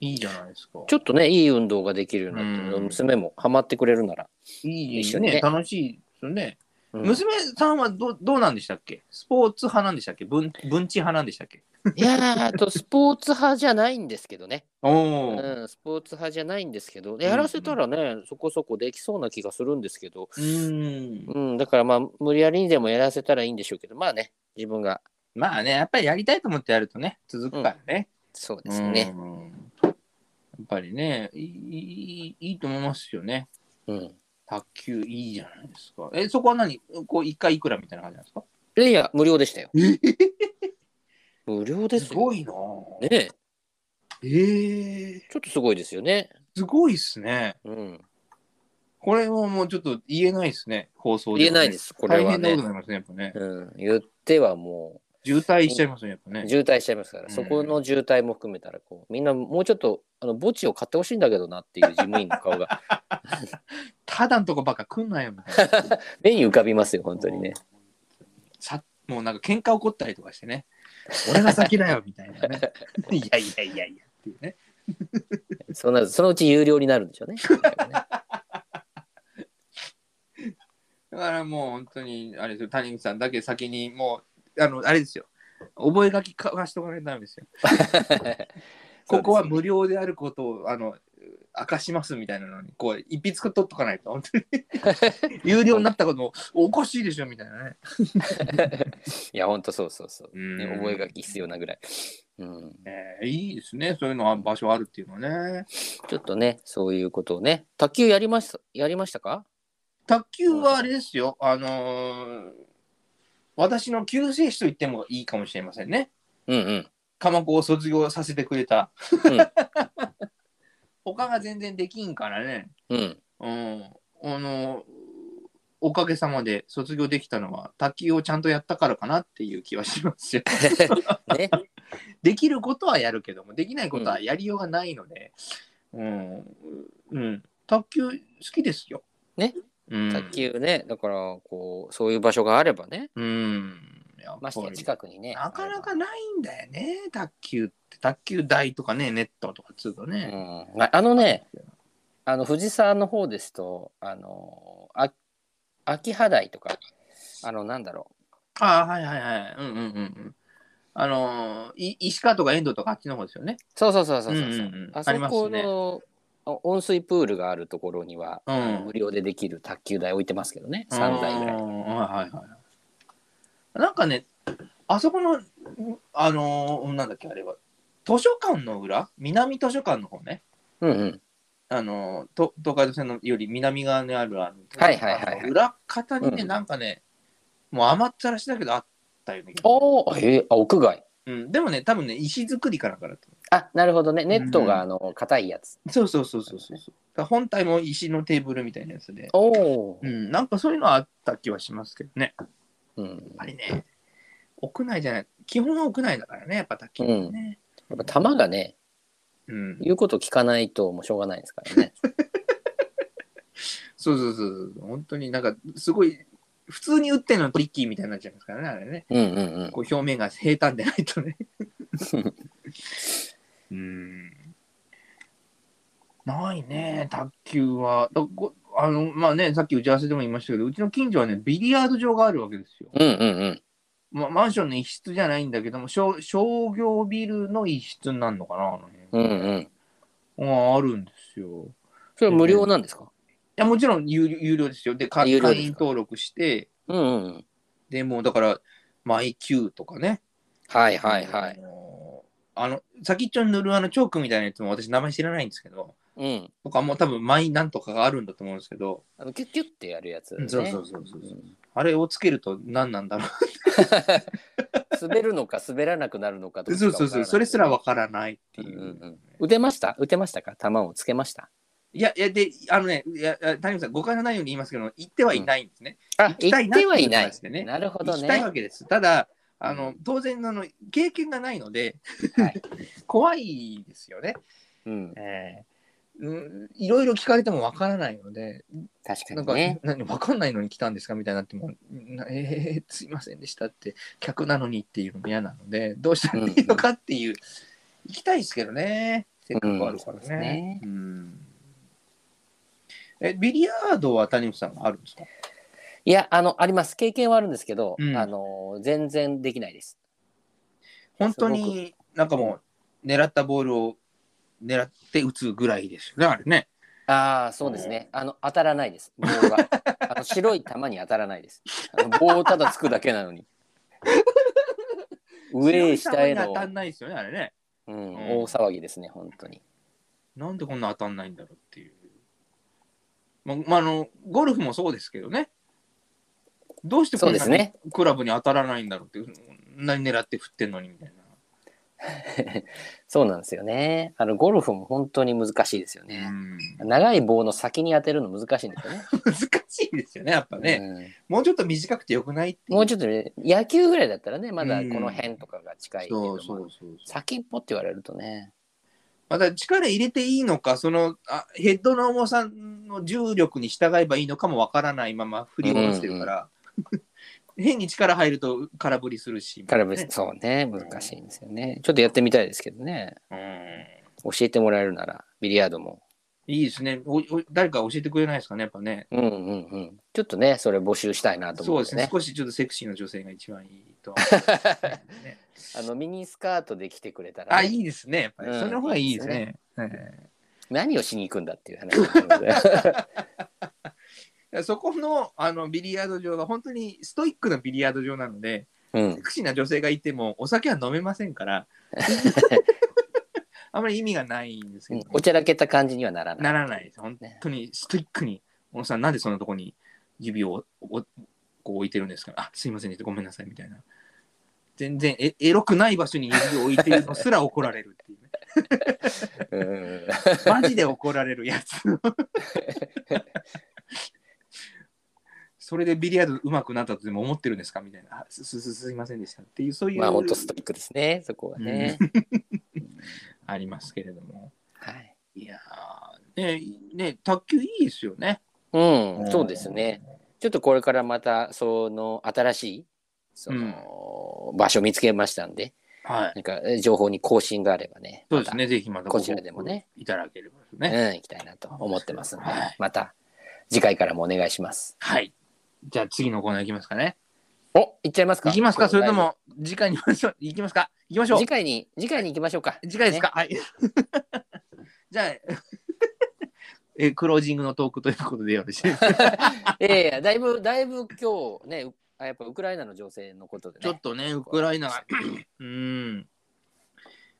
B: いいじゃないですか。
A: ちょっとね、いい運動ができるようになってる、
B: うん
A: 娘もハマってくれるなら。
B: いい
A: 一緒
B: よ
A: に
B: ね。
A: ね
B: 楽しいですよね。
A: うん
B: 娘さんはどどうなんでしたっけスポーツ派なんでしたっけ文文治派なんでしたっけ
A: いやーと、スポーツ派じゃないんですけ どね、
B: お
A: う
B: お、
A: ん、スポーツ派じゃないんですけど、
B: ん
A: やらせたらね、そこそこできそうな気がするんですけど、
B: うーん。
A: うん、だからまあ、無理やりにでもやらせたらいいんでしょうけど、まあね、自分が、
B: まあね、やっぱりやりたいと思ってやるとね、続くからね。
A: そうですね、
B: うんやっぱりねいいいい、いいと思いますよね。
A: うん。
B: 卓球いいじゃないですか。え、そこは何こう、一回いくらみたいな感じなんですか
A: でいや、無料でしたよ。 無料ですよ。
B: ごいなぁ
A: ねえ
B: ええ
A: ちょっとすごいですよね。
B: すごいっすね。
A: うん、
B: これはもうちょっと言えないですね、放送で、。
A: 言えないですす、これは
B: 大変なこと
A: ね
B: に。なりますね、やっぱね。
A: うん、言ってはもう。
B: 渋滞しちゃいますね、やっぱね。
A: 渋滞しちゃいますから、
B: うん
A: そこの渋滞も含めたらこうみんなもうちょっとあの墓地を買ってほしいんだけどなっていう事務員の顔が
B: ただのとこばっか来んなよ、みたいな。
A: 目に浮かびますよ本当にね。
B: さもうなんか喧嘩起こったりとかしてね、俺が先だよみたい なね。いやいやいやいやっていうね。
A: そうなるとそのうち有料になるんでしょう ね。
B: だからもう本当に、あれですよ、谷口さんだけ先にもう、あの、あれですよ、覚書き交わしとかないとダメですよ。ここは無料であることを、あの、明かしますみたいなのに、こう、一筆取っとかないと、本当に。有料になったことも、おかしいでしょみたいなね。
A: いや本当そうそうそう。
B: うん
A: ね、覚書き必要なぐらい、うん。
B: えーいいですね、そういうのは場所あるっていうのはね。
A: ちょっとねそういうことをね卓球やりましたやりましたか？
B: 卓球はあれですよ、あのー私の救世主と言ってもいいかもしれませんね。
A: うんうん。
B: 鎌子を卒業させてくれた。
A: うん
B: 他が全然できんからね。
A: うん、
B: うん。あのーおかげさまで卒業できたのは卓球をちゃんとやったからかなっていう気は しますよ。
A: ね、
B: できることはやるけども、できないことはやりようがないので、うん、うん、卓球好きですよ。
A: ね、
B: うん、
A: 卓球ねだからこうそういう場所があればね
B: うん、やっぱ
A: ましてや
B: り
A: 近くにね
B: なかなかないんだよね、卓球って。卓球台とかね、ネットとかつうと
A: う
B: ね。
A: んまああのね、あの藤沢の方ですと、あのあ秋葉台とか、あのなんだろ
B: ああ、はいはいはい。うんうんうんうん。あのーい石川とか遠藤とかあっちの方ですよね
A: う、。そうそうそうそうそう、
B: うんうんうん
A: あそ
B: あります
A: こ
B: ね
A: のお温水プールがあるところには、
B: うん
A: あの無料でできる卓球台置いてますけどね3台ぐらい
B: うんはいはいはい。なんかね、あそこの、あのーなんだっけ、あれは、図書館の裏、南図書館の方ね、
A: うんうん
B: あのーと東海道線のより南側にあるあの
A: はいはいはいはい
B: あの裏方にね、
A: うん
B: なんかね、もう甘ったらしだけどあったよね。
A: おーへーあ屋外
B: うん、でもね、多分ね、石造りかなんかだと思
A: あなるほどねネット
B: うん
A: があの硬いやつ、
B: う。そうそうそうそうそう。だから本体も石のテーブルみたいなやつで。
A: おお
B: う、ん、なんかそういうのはあった気はしますけどね。
A: うん
B: やっぱりね、屋内じゃない、基本は屋内だからね、やっぱ卓球はね。
A: やっぱ球がね
B: うん。
A: 言うこと聞かないともうしょうがないですからね
B: そうそうそうそう。本当になんか、すごい、普通に打ってんのトリッキーみたいになっちゃいますからね、あれね。
A: うんうんうん
B: こう表面が平坦でないとね。うん。ないね、卓球は。だこあの、まあね、さっき打ち合わせでも言いましたけど、うちの近所はね、ビリヤード場があるわけですよ。
A: うんうんうん
B: ま、マンションの一室じゃないんだけども、商商業ビルの一室になるのかな、あの辺。
A: うんうん
B: うんあるんですよ。
A: それは無料なんですか、
B: いや、もちろん有料有料ですよ。で、か会
A: 有料ですか
B: 員登録して、
A: うん、うんうん
B: でもうだから、マイキューとかね。
A: はいはいはい
B: あのー。あの、先っちょに塗るあのチョークみたいなやつも私、名前知らないんですけど、
A: うん
B: とかもう多分、マイなんとかがあるんだと思うんですけど、
A: あのキュッキュッてやるやつ、ね、
B: そうそうそうそう
A: うん
B: あれをつけると何なんだろ
A: 滑るのか滑らなくなるのかど
B: う。
A: っち
B: そ
A: か
B: うそうそう、それすらわからないって
A: わか
B: い
A: ら
B: う。
A: ないうんうんうん打てました打てましたか球をつけました
B: いや、いや、で、あのね、いや、いや谷口さん、誤解のないように言いますけど、行ってはいないんですね。
A: あ
B: きた
A: 行
B: い
A: っ
B: なって
A: て
B: いう
A: はいない
B: 話でね
A: なるほ
B: 行
A: ど
B: きたいわ
A: ね
B: けです。ただ、あ
A: う
B: の、当然、あの、経験がないので、
A: はい、
B: 怖いですよね。
A: うん、
B: ええうん、いろいろ聞かれてもわからないので、
A: 確
B: な
A: か
B: ん
A: に
B: か、
A: ね
B: 何わかんないのに来たんですかみたいになっても、なえー、すいませんでしたって、客なのにっていうのも嫌なので、どうしたらいいのかっていう、行きたいですけどね、せっかくあるから
A: うんそうですね
B: ね。うんえビリヤードは谷口さんあるんですか
A: いやあのあります経験はあるんですけど、
B: うん
A: あの全然できないです
B: 本当になんかもう、狙ったボールを狙って打つぐらいですよね、あれね。
A: ああそうですね、あの当たらないです棒 があの白い球に当たらないですあの棒をただつくだけな のに上へ下へ
B: 強い球
A: の
B: に当、たんないですよね、あれね。
A: うん、
B: ん
A: 大騒ぎですね本当に
B: なんでこんな当たんないんだろうっていう。まあ、まあ、あの、ゴルフもそうですけどね。どうしてこ
A: そうんで
B: な
A: す
B: に
A: ね
B: クラブに当たらないんだろうっていう、こんなに狙って振ってんのにみたい
A: そうなんですよねあのゴルフも本当に難しいですよね、
B: な。うん
A: 長い棒の先に当てるの難しいんですよね。
B: 難しいですよね、やっぱ ね。もうちょっと短くてよくないって
A: うん
B: いう
A: もうちょっとね、野球ぐらいだったらね、まだこの辺とかが近いけれども、
B: そうそうそうそう。
A: 先っぽって言われるとね。
B: また力入れていいのか、そのあヘッドの重さの重力に従えばいいのかもわからないまま振り下ろしてるから、 変に力入ると空振りするし。
A: カラブ
B: ね
A: そうね、難しいんですよね。ちょっとやってみたいですけどね。
B: うん
A: 教えてもらえるなら、ビリヤードも。
B: いいですねおお。誰か教えてくれないですかね、やっぱね。
A: うんうんうん。ちょっとね、それ募集したいなと
B: そ
A: 思
B: う
A: って
B: ですね
A: ね。。
B: 少しちょっとセクシーな女性が一番いい とは思うんですけどね
A: あのミニスカートで来てくれたら
B: あ、
A: ね、
B: いいですね。やっぱり。
A: うん
B: その方がいいですね。え
A: 何をしに行くんだっていう話になるので
B: えそこのあのビリヤード場が本当にストイックなビリヤード場なので、
A: うん
B: セ。クシーな女性がいてもお酒は飲めません から、あまり意味がないんですけ
A: う
B: ど
A: ん、おちゃらけた感じにはならない。
B: ならないです。本当にストイックに、小野さん、なんでそんなとこに指をおこう置いてるんですかあ、すいませんでした、ごめんなさい、みたいな。全然エエロくない場所に指を置いてるのすら怒られるって
A: う
B: いうね。
A: んうんうん
B: マジで怒られるやつ。それでビリヤード上手くなったとでも思ってるんですかみたいな。あすすすすいませんでした。っていう、そういう、
A: まあ、本当ストイックですね、そこはね。
B: ありますけれども。
A: はい。
B: いやーね、ね、卓球いいですよね。
A: うん、そうですね。。ちょっとこれからまた、その新しい、その、場所見つけましたんで、
B: はい。
A: なんかえ情報に更新があればね、
B: そうですね、ぜひまたご
A: こちらでもね
B: 報告いただければです
A: また
B: ね。
A: うん、行きたいなと思ってますんで、
B: はい
A: また次回からもお願いします。
B: はい。じゃあ次のコーナーいきますかね。
A: お、行っちゃいますか
B: いきますか、
A: こ
B: それとも次回に行きましょう。 いきますか、いきましょう
A: 次。回に、次回に行きましょうか。
B: 次回ですか、はい。じゃあ、えクロージングのトークということでよろしいですか
A: いやいや、だいぶ、だいぶ今日ね、うあやっぱウクライナの情勢のことでね。
B: ちょっとね、ウクラ イナが、うん、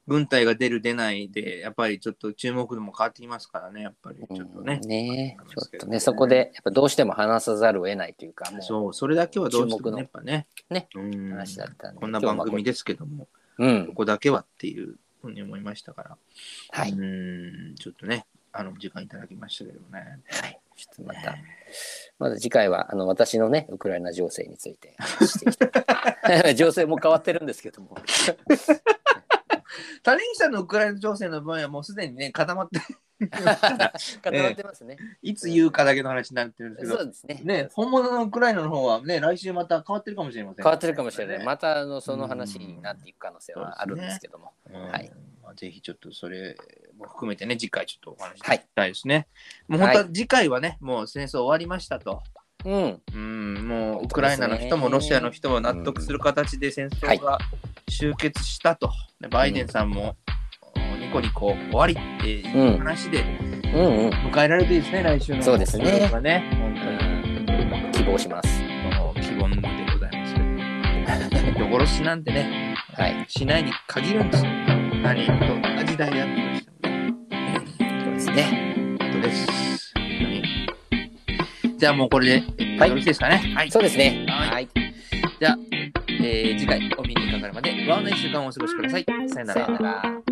B: 軍隊が出る出ないで、やっぱりちょっと注目度も変わってきますからね、やっぱりちょっとね。
A: うんねちょっとね、そこで、やっぱどうしても話さざるを得ないというか、もう
B: そう、それだけはどうして
A: 注目
B: も
A: の
B: ね、やっぱね。
A: ね
B: うん
A: 話だったんで。
B: こんな番組ですけども、
A: 今日はこ。う
B: こ
A: ん。
B: こだけはっていうふうに思いましたから、
A: はい。
B: うん、ちょっとね、あの、時間いただきましたけどね。
A: はい。ちょっとまた、まだ次回は、あの、私のね、ウクライナ情勢について 話していきたい。 情勢も変わってるんですけども。
B: 谷口さんのウクライナ情勢の場合はもうすでにね、固まって、
A: 固まってますね。
B: いつ言うかだけの話になってるんですけ
A: そ
B: ど、
A: うですね。
B: ね、本物のウクライナの方はね、来週また変わってるかもしれません。
A: 変わってるかもしれない。
B: ね
A: また、あの、その話になっていく可能性はあるんですけども。は
B: はいい。まあぜひちょっとそれも含めてね、次回ちょっとお話し
A: は
B: し
A: い。
B: たいですね。もう本当は次回はね、もう戦争終わりましたと。
A: うん。
B: うん、もうウ
A: 本
B: ク
A: 当で
B: ラ
A: すね
B: イナの人もロシアの人も納得する形で戦争が終結したと。でバイデンさんも、ニコニコ終わりっていう話で
A: うんうん。
B: 迎えられていいですね、来週の。
A: そうですね
B: がね、
A: うん希望します。
B: 本当にその希望でございますけど。人殺しなんてね、
A: はい。
B: しないに限るんです。何と同じ時代であってました。
A: そうですね。
B: ことです。じゃあもうこれで、えー
A: はい
B: よろしいですかね。はい。
A: そうですね。
B: はい
A: はい。
B: じゃあ、えー次回お見にかかるまで、ワンの一週間をお過ごしください。さよな
A: さよ
B: ら
A: な。ら。